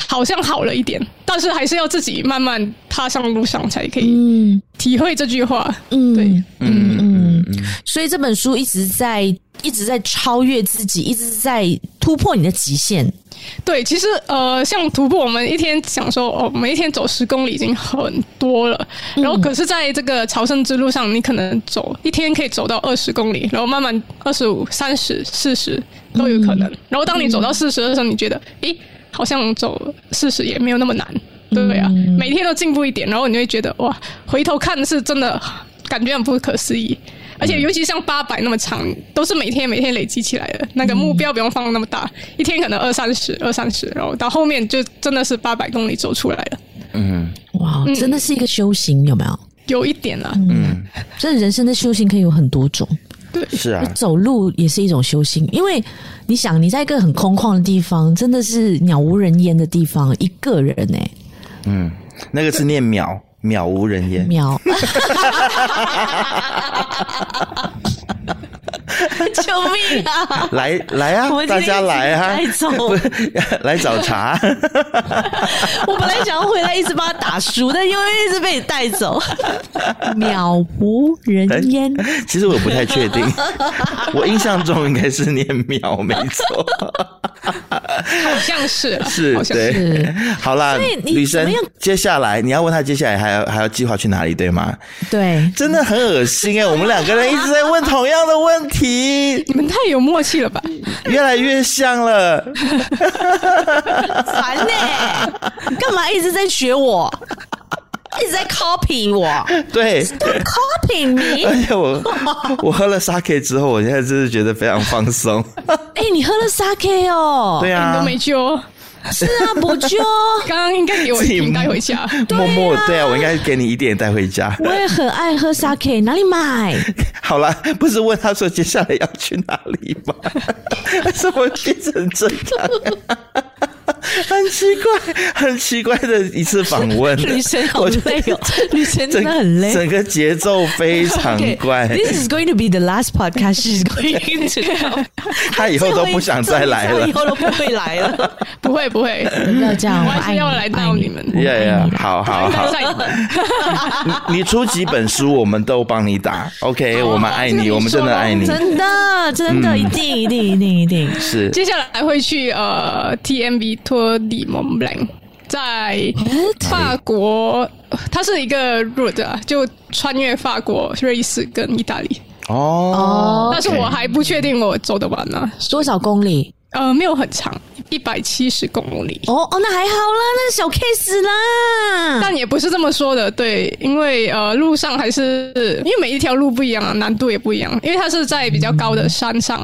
[SPEAKER 3] 好像好了一点，但是还是要自己慢慢踏上路上才可以
[SPEAKER 1] 嗯
[SPEAKER 3] 体会这句话。
[SPEAKER 1] 嗯，
[SPEAKER 3] 对，
[SPEAKER 1] 嗯嗯，所以这本书一直在一直在超越自己，一直在突破你的极限。
[SPEAKER 3] 对，其实呃，像徒步，我们一天想说哦，我们一天走十公里已经很多了，然后可是在这个朝圣之路上，你可能走一天可以走到二十公里，然后慢慢二十五、三十、四十都有可能。然后当你走到四十的时候，你觉得诶，好像走四十也没有那么难，对啊，每天都进步一点，然后你就会觉得哇，回头看是真的感觉很不可思议。而且尤其像八百那么长，都是每天每天累积起来的。那个目标不用放那么大，一天可能二三十、二三十，然后到后面就真的是八百公里走出来了，
[SPEAKER 1] 哇，
[SPEAKER 3] 嗯
[SPEAKER 1] 真的是一个修行，有没有？
[SPEAKER 3] 有一点啦。
[SPEAKER 1] 这人生的修行可以有很多种，
[SPEAKER 2] 是啊，
[SPEAKER 1] 走路也是一种修行，因为你想你在一个很空旷的地方，真的是鸟无人烟的地方，一个人哎、
[SPEAKER 2] 嗯，那个是念渺，渺无人烟。
[SPEAKER 1] 喵。救命啊！
[SPEAKER 2] 来来啊
[SPEAKER 1] 我们，今
[SPEAKER 2] 大
[SPEAKER 1] 天
[SPEAKER 2] 家来啊
[SPEAKER 1] 一起来，走
[SPEAKER 2] 不是 来找茬。
[SPEAKER 1] 我本来想要回来一直帮他打输，但因为一直被你带走，渺无人烟。
[SPEAKER 2] 其实我不太确定，我印象中应该是念渺，没错，
[SPEAKER 3] 好像是啦，
[SPEAKER 2] 是
[SPEAKER 3] 好像是。
[SPEAKER 2] 对。好啦，
[SPEAKER 1] 你
[SPEAKER 2] 女生
[SPEAKER 1] 怎么样，
[SPEAKER 2] 接下来你要问她接下来还要还要计划去哪里，对吗？
[SPEAKER 1] 对，
[SPEAKER 2] 真的很恶心哎、我们两个人一直在问同样的问题，
[SPEAKER 3] 你们太有默契了吧？
[SPEAKER 2] 越来越像了。
[SPEAKER 1] 烦呢、你干嘛一直在学我？一直在 copy 我
[SPEAKER 2] 对，
[SPEAKER 1] ，copy me。
[SPEAKER 2] 而 且我我喝了 sake 之后，我现在真是觉得非常放松。
[SPEAKER 1] 哎、你喝了 sake 哦？
[SPEAKER 2] 对
[SPEAKER 3] 你
[SPEAKER 2] 啊
[SPEAKER 3] 都，没救，
[SPEAKER 1] 是啊，伯就
[SPEAKER 3] 刚刚应该给我
[SPEAKER 2] 自己
[SPEAKER 3] 一瓶带回家。
[SPEAKER 2] 默默对啊，我应该给你一点带回家。
[SPEAKER 1] 我也很爱喝 sake，哪里 买？
[SPEAKER 2] 好啦，不是问他说接下来要去哪里吗？ 为什么变成这样？ 很奇怪，很奇怪的一次访问。
[SPEAKER 1] 旅程好
[SPEAKER 2] 我觉
[SPEAKER 1] 累
[SPEAKER 2] 得
[SPEAKER 1] 哦， 旅程真
[SPEAKER 2] 整
[SPEAKER 1] 的很累。
[SPEAKER 2] 整个节奏非 常
[SPEAKER 1] Okay,
[SPEAKER 2] 怪。
[SPEAKER 1] This is going to be the last podcast. She's going to
[SPEAKER 2] 他以后都不想再来
[SPEAKER 1] 这回
[SPEAKER 2] 了
[SPEAKER 1] 以。后都不会来了。
[SPEAKER 3] 不会不会，
[SPEAKER 1] 不要 这样，
[SPEAKER 3] 我
[SPEAKER 1] 我
[SPEAKER 3] 还
[SPEAKER 1] 爱
[SPEAKER 3] 是
[SPEAKER 1] 你，
[SPEAKER 3] 要来闹你们。
[SPEAKER 2] 呀 呀，好好 好，
[SPEAKER 3] 带上你
[SPEAKER 2] 你出几本书我们都帮你打。OK，我们爱
[SPEAKER 3] 这个
[SPEAKER 2] 你，
[SPEAKER 3] 你
[SPEAKER 2] 我们真的
[SPEAKER 3] 说
[SPEAKER 2] 爱你。
[SPEAKER 1] 真的，真
[SPEAKER 2] 嗯
[SPEAKER 1] 的，一定，一定，一定，一定。
[SPEAKER 2] 是
[SPEAKER 3] 接下来会去呃 TMB Tour de Mont Blanc，在法国，它是一个 route 啊，就穿越法国、瑞士跟意大利。
[SPEAKER 2] 哦，
[SPEAKER 3] 但是我还不确定我走得完呢、
[SPEAKER 1] 多少公里？
[SPEAKER 3] 呃，没有很长，一百七十公里。
[SPEAKER 1] 哦哦，那还好啦，那小 case 啦。
[SPEAKER 3] 但也不是这么说的，对，因为呃，路上还是因为每一条路不一样啊，难度也不一样，因为它是在比较高的山上，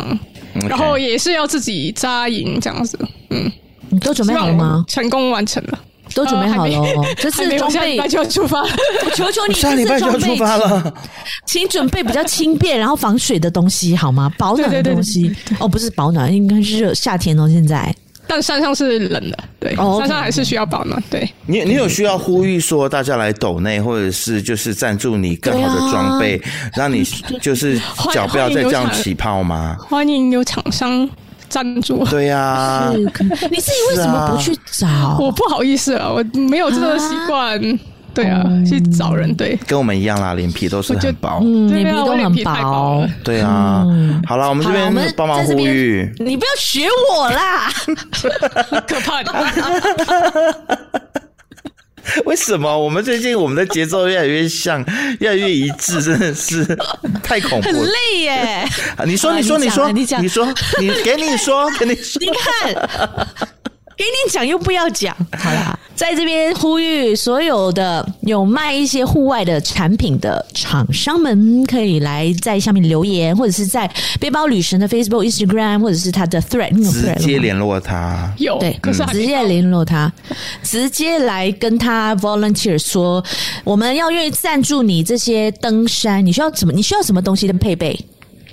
[SPEAKER 2] OK
[SPEAKER 3] 然后也是要自己扎营这样子，嗯，
[SPEAKER 1] 你都准备
[SPEAKER 3] 希
[SPEAKER 1] 好
[SPEAKER 3] 望
[SPEAKER 1] 了
[SPEAKER 3] 我
[SPEAKER 1] 吗？
[SPEAKER 3] 成功完成了，
[SPEAKER 1] 都准备好了
[SPEAKER 3] 呃还
[SPEAKER 1] 哦
[SPEAKER 3] 没，
[SPEAKER 1] 这
[SPEAKER 3] 还
[SPEAKER 1] 次
[SPEAKER 3] 没有
[SPEAKER 1] 装
[SPEAKER 3] 下礼
[SPEAKER 1] 备
[SPEAKER 3] 拜，就要 出发了。
[SPEAKER 1] 我求求你，
[SPEAKER 2] 下礼拜就要
[SPEAKER 1] 这次
[SPEAKER 2] 出
[SPEAKER 1] 装备
[SPEAKER 2] 发了，
[SPEAKER 1] 请准备比较轻便，然后防水的东西好吗？保暖的东西哦，不是保暖，应该是热夏天哦。现在
[SPEAKER 3] 但山上是冷的，对，
[SPEAKER 1] 哦，OK
[SPEAKER 3] 山上还是需要保暖，对。
[SPEAKER 2] 你你有需要呼吁说大家来抖内，或者是就是赞助你更好
[SPEAKER 1] 啊
[SPEAKER 2] 的装备，让你就是脚不要再这样起泡吗？
[SPEAKER 3] 欢迎有厂商赞 助。
[SPEAKER 2] 对呀、
[SPEAKER 1] 是可你自己为什么不去找？
[SPEAKER 3] 我不好意思了，我没有这个习惯。
[SPEAKER 1] 哦
[SPEAKER 3] 对啊，去找人对。
[SPEAKER 2] 跟我们一样啦，脸皮都是很薄。
[SPEAKER 1] 嗯，
[SPEAKER 3] 对
[SPEAKER 1] 脸皮
[SPEAKER 3] 啊，
[SPEAKER 1] 都
[SPEAKER 3] 我
[SPEAKER 1] 很
[SPEAKER 3] 脸皮太薄
[SPEAKER 1] 薄
[SPEAKER 3] 了。。
[SPEAKER 2] 对啊，好啦，我们这
[SPEAKER 1] 好啦，我
[SPEAKER 2] 边
[SPEAKER 1] 们
[SPEAKER 2] 帮忙
[SPEAKER 1] 在这
[SPEAKER 2] 呼
[SPEAKER 1] 边
[SPEAKER 2] 吁，
[SPEAKER 1] 你不要学我啦！
[SPEAKER 3] 可怕的。
[SPEAKER 2] 为什么我们最近我们的节奏越来越像，越来越一致，真的是太恐怖
[SPEAKER 1] 很
[SPEAKER 2] 了。
[SPEAKER 1] 累 耶。
[SPEAKER 2] 啊你说，
[SPEAKER 1] 好啦
[SPEAKER 2] 你说，
[SPEAKER 1] 你
[SPEAKER 2] 你
[SPEAKER 1] 讲
[SPEAKER 2] 说，
[SPEAKER 1] 啊你讲
[SPEAKER 2] 你说，你给你说，给 你说，
[SPEAKER 1] 你看，给你讲又不要讲，好啦，在这边呼吁所有的有卖一些户外的产品的厂商们，可以来在下面留言，或者是在背包旅神的 Facebook、Instagram，或者是他的 Thread，你有
[SPEAKER 2] 直
[SPEAKER 1] Thread
[SPEAKER 2] 接
[SPEAKER 1] 吗
[SPEAKER 2] 联络他。
[SPEAKER 3] 有
[SPEAKER 1] 对，，
[SPEAKER 3] 哦
[SPEAKER 1] 嗯
[SPEAKER 3] 可是还
[SPEAKER 1] 直
[SPEAKER 3] 没
[SPEAKER 1] 接
[SPEAKER 3] 到
[SPEAKER 1] 联络他，直接来跟他 volunteer 说，我们要愿意赞助你这些登山，你需要什么？你需要什么东西的配备？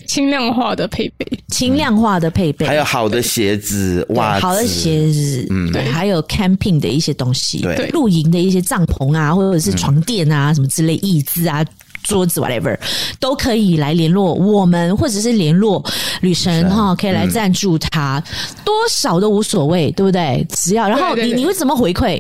[SPEAKER 3] 轻量化的配备，
[SPEAKER 1] 轻量化的配备，
[SPEAKER 2] 还有好的鞋子、
[SPEAKER 1] 对
[SPEAKER 2] 嗯袜子，
[SPEAKER 1] 好的鞋子，嗯，对，
[SPEAKER 3] 对
[SPEAKER 1] 还有 camping 的一些东西，
[SPEAKER 2] 对
[SPEAKER 1] 露营的一些帐篷啊，或者是床垫啊，什么之类，椅子啊。桌子 whatever 都可以来联络我们，或者是联络女神哈，可以来赞助他，多少都无所谓，对不对？只要然后
[SPEAKER 3] 对
[SPEAKER 1] 你
[SPEAKER 3] 对对
[SPEAKER 1] 你会怎么回馈？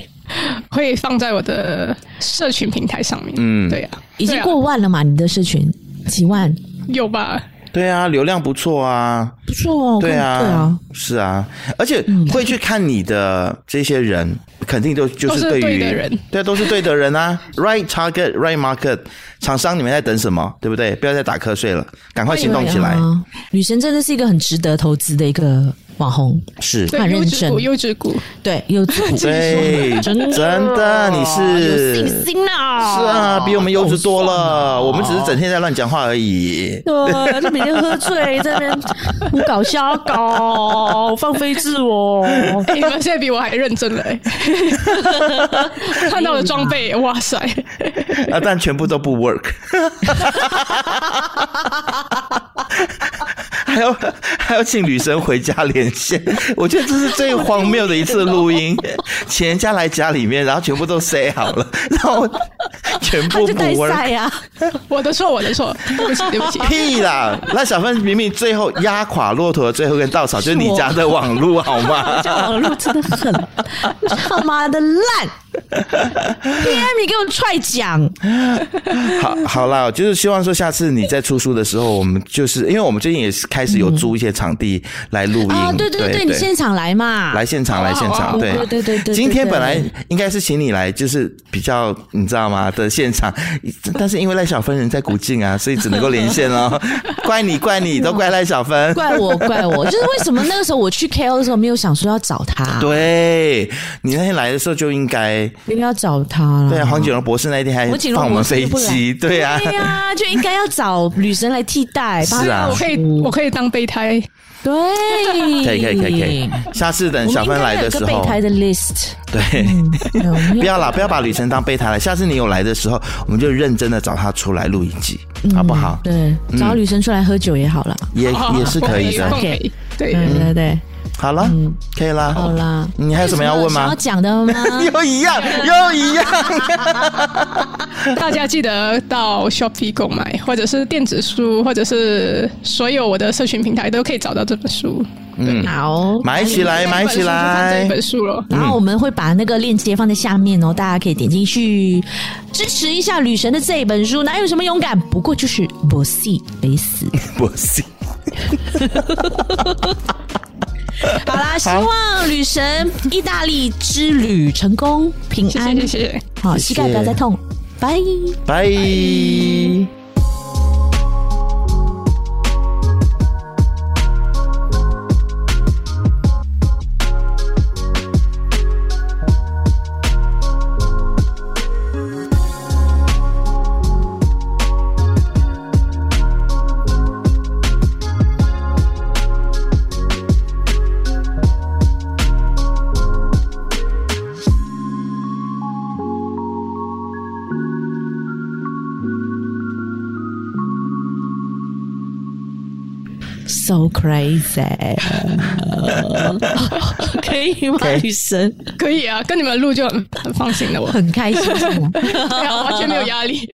[SPEAKER 3] 会放在我的社群平台上面。
[SPEAKER 2] 嗯
[SPEAKER 3] 对啊，
[SPEAKER 1] 已经
[SPEAKER 3] 对啊
[SPEAKER 1] 过万了嘛？你的社群几万，
[SPEAKER 3] 有吧？
[SPEAKER 2] 对啊，流量不错啊，
[SPEAKER 1] 不错哦。
[SPEAKER 2] 对啊，
[SPEAKER 1] 对啊，
[SPEAKER 2] 是啊，而且会去看你的这些人，肯定都就
[SPEAKER 3] 都
[SPEAKER 2] 对
[SPEAKER 3] 是
[SPEAKER 2] 于
[SPEAKER 3] 对的人
[SPEAKER 2] 对，都是对的人啊，right target, right market，厂商你们在等什么，对不对？不要再打瞌睡了，赶快行动起来
[SPEAKER 1] 对，啊！女神真的是一个很值得投资的一个网红，
[SPEAKER 2] 是。
[SPEAKER 3] 对
[SPEAKER 1] 很，认
[SPEAKER 3] 优质股，
[SPEAKER 1] 真
[SPEAKER 3] 优质股，
[SPEAKER 1] 对，有自己
[SPEAKER 2] 对，真的，你
[SPEAKER 1] 有
[SPEAKER 2] 是
[SPEAKER 1] 信心啦！
[SPEAKER 2] 是啊，比我们优质
[SPEAKER 1] 好
[SPEAKER 2] 多
[SPEAKER 1] 爽啊
[SPEAKER 2] 了。我们只是整天在乱讲话而已。
[SPEAKER 1] 对，就每天喝醉，在那边胡搞 瞎搞，放飞自我。
[SPEAKER 3] 哎你们现在比我还认真了、欸。看到我的装备，哇塞！
[SPEAKER 2] 啊，但全部都不 work，还要还要请女神回家连线，我觉得这是最荒谬的一次录音，请人家来家里面，然后全部都 say 好了，然后全
[SPEAKER 1] 他
[SPEAKER 2] 部
[SPEAKER 1] 就
[SPEAKER 2] 不
[SPEAKER 1] 带
[SPEAKER 2] work。
[SPEAKER 1] 赛啊，
[SPEAKER 3] 我的错，我的错，对不起，对不起。
[SPEAKER 2] 屁啦！那小芬明明最后压垮骆驼的最后一根稻草就是
[SPEAKER 1] 是
[SPEAKER 2] 你
[SPEAKER 1] 我
[SPEAKER 2] 家的网路好吗？
[SPEAKER 1] 这网络真的很他妈的烂。PM，你给我踹奖，
[SPEAKER 2] 好好啦，就是希望说下次你在出书的时候，我们就是因为我们最近也是开始有租一些场地来录音，
[SPEAKER 1] 啊！对对对，你现场来嘛，
[SPEAKER 2] 来现场，来现
[SPEAKER 3] 好啊
[SPEAKER 2] 场，对
[SPEAKER 1] 哦对对对对对
[SPEAKER 2] 今天
[SPEAKER 1] 对
[SPEAKER 2] 本来应该是请你来，就是比较你知道吗 的现场，但是因为赖小芬人在古晋啊，所以只能够连线 哦。怪你，怪你，都怪赖小芬。
[SPEAKER 1] 怪我怪我，就是为什么那个时候我去 KO 的时候没有想说要找他，
[SPEAKER 2] 对你那天来的时候就应该，
[SPEAKER 1] 应该要找他了。
[SPEAKER 2] 对啊，黄景荣博士那一天还
[SPEAKER 1] 我嗯景荣
[SPEAKER 2] 放我们
[SPEAKER 1] 博士
[SPEAKER 2] 飞
[SPEAKER 1] 不来哎
[SPEAKER 2] 机，对啊，
[SPEAKER 1] 对呀、就应该要找女神来替代。
[SPEAKER 2] 是啊
[SPEAKER 3] 我可以，我可以当备胎。
[SPEAKER 1] 对，
[SPEAKER 2] 可以可以可以可以，下次等小芬来的时
[SPEAKER 1] 我们应该有一个备胎
[SPEAKER 2] 候，
[SPEAKER 1] 的 list，
[SPEAKER 2] 对。
[SPEAKER 1] 对我们
[SPEAKER 2] 不要啦，不要把旅程当备胎了。下次你有来的时候，我们就认真的找他出来录一集，好不好？
[SPEAKER 1] 嗯对找女神出来喝酒也好了。
[SPEAKER 2] 也也是可以
[SPEAKER 1] 哦
[SPEAKER 2] 的。
[SPEAKER 3] 我奉陪对，
[SPEAKER 1] 对对对，
[SPEAKER 2] 好了，可以啦。
[SPEAKER 1] 好啦。
[SPEAKER 2] 嗯哦你还有什么要问
[SPEAKER 1] 想要
[SPEAKER 2] 吗？
[SPEAKER 1] 讲啊的吗？
[SPEAKER 2] 又一样，又一样。
[SPEAKER 3] 大家记得到 Shopee 购买，或者是电子书，或者是所有我的社群平台都可以找到这本书。
[SPEAKER 2] 嗯，
[SPEAKER 1] 好，
[SPEAKER 2] 买嗯起 来，买起
[SPEAKER 3] 这
[SPEAKER 2] 来
[SPEAKER 3] 本。书咯。
[SPEAKER 1] 然后我们会把那个链接放在下面哦，大家可以点进去支持一下女神的这一本书。哪有什么勇敢？不过就是博戏没 死。
[SPEAKER 2] 不行，
[SPEAKER 1] 好啦，希望女神意大利之旅成功平
[SPEAKER 3] 谢
[SPEAKER 1] 安
[SPEAKER 3] 谢，谢谢。
[SPEAKER 1] 好，膝
[SPEAKER 2] 谢谢
[SPEAKER 1] 盖不要再痛，拜。
[SPEAKER 2] 拜。
[SPEAKER 1] So crazy，可以吗？
[SPEAKER 2] 可以
[SPEAKER 1] 女神
[SPEAKER 3] 可以啊，跟你们录就很很放心的我，
[SPEAKER 1] 很开心是吗，
[SPEAKER 3] 对啊完全没有压力。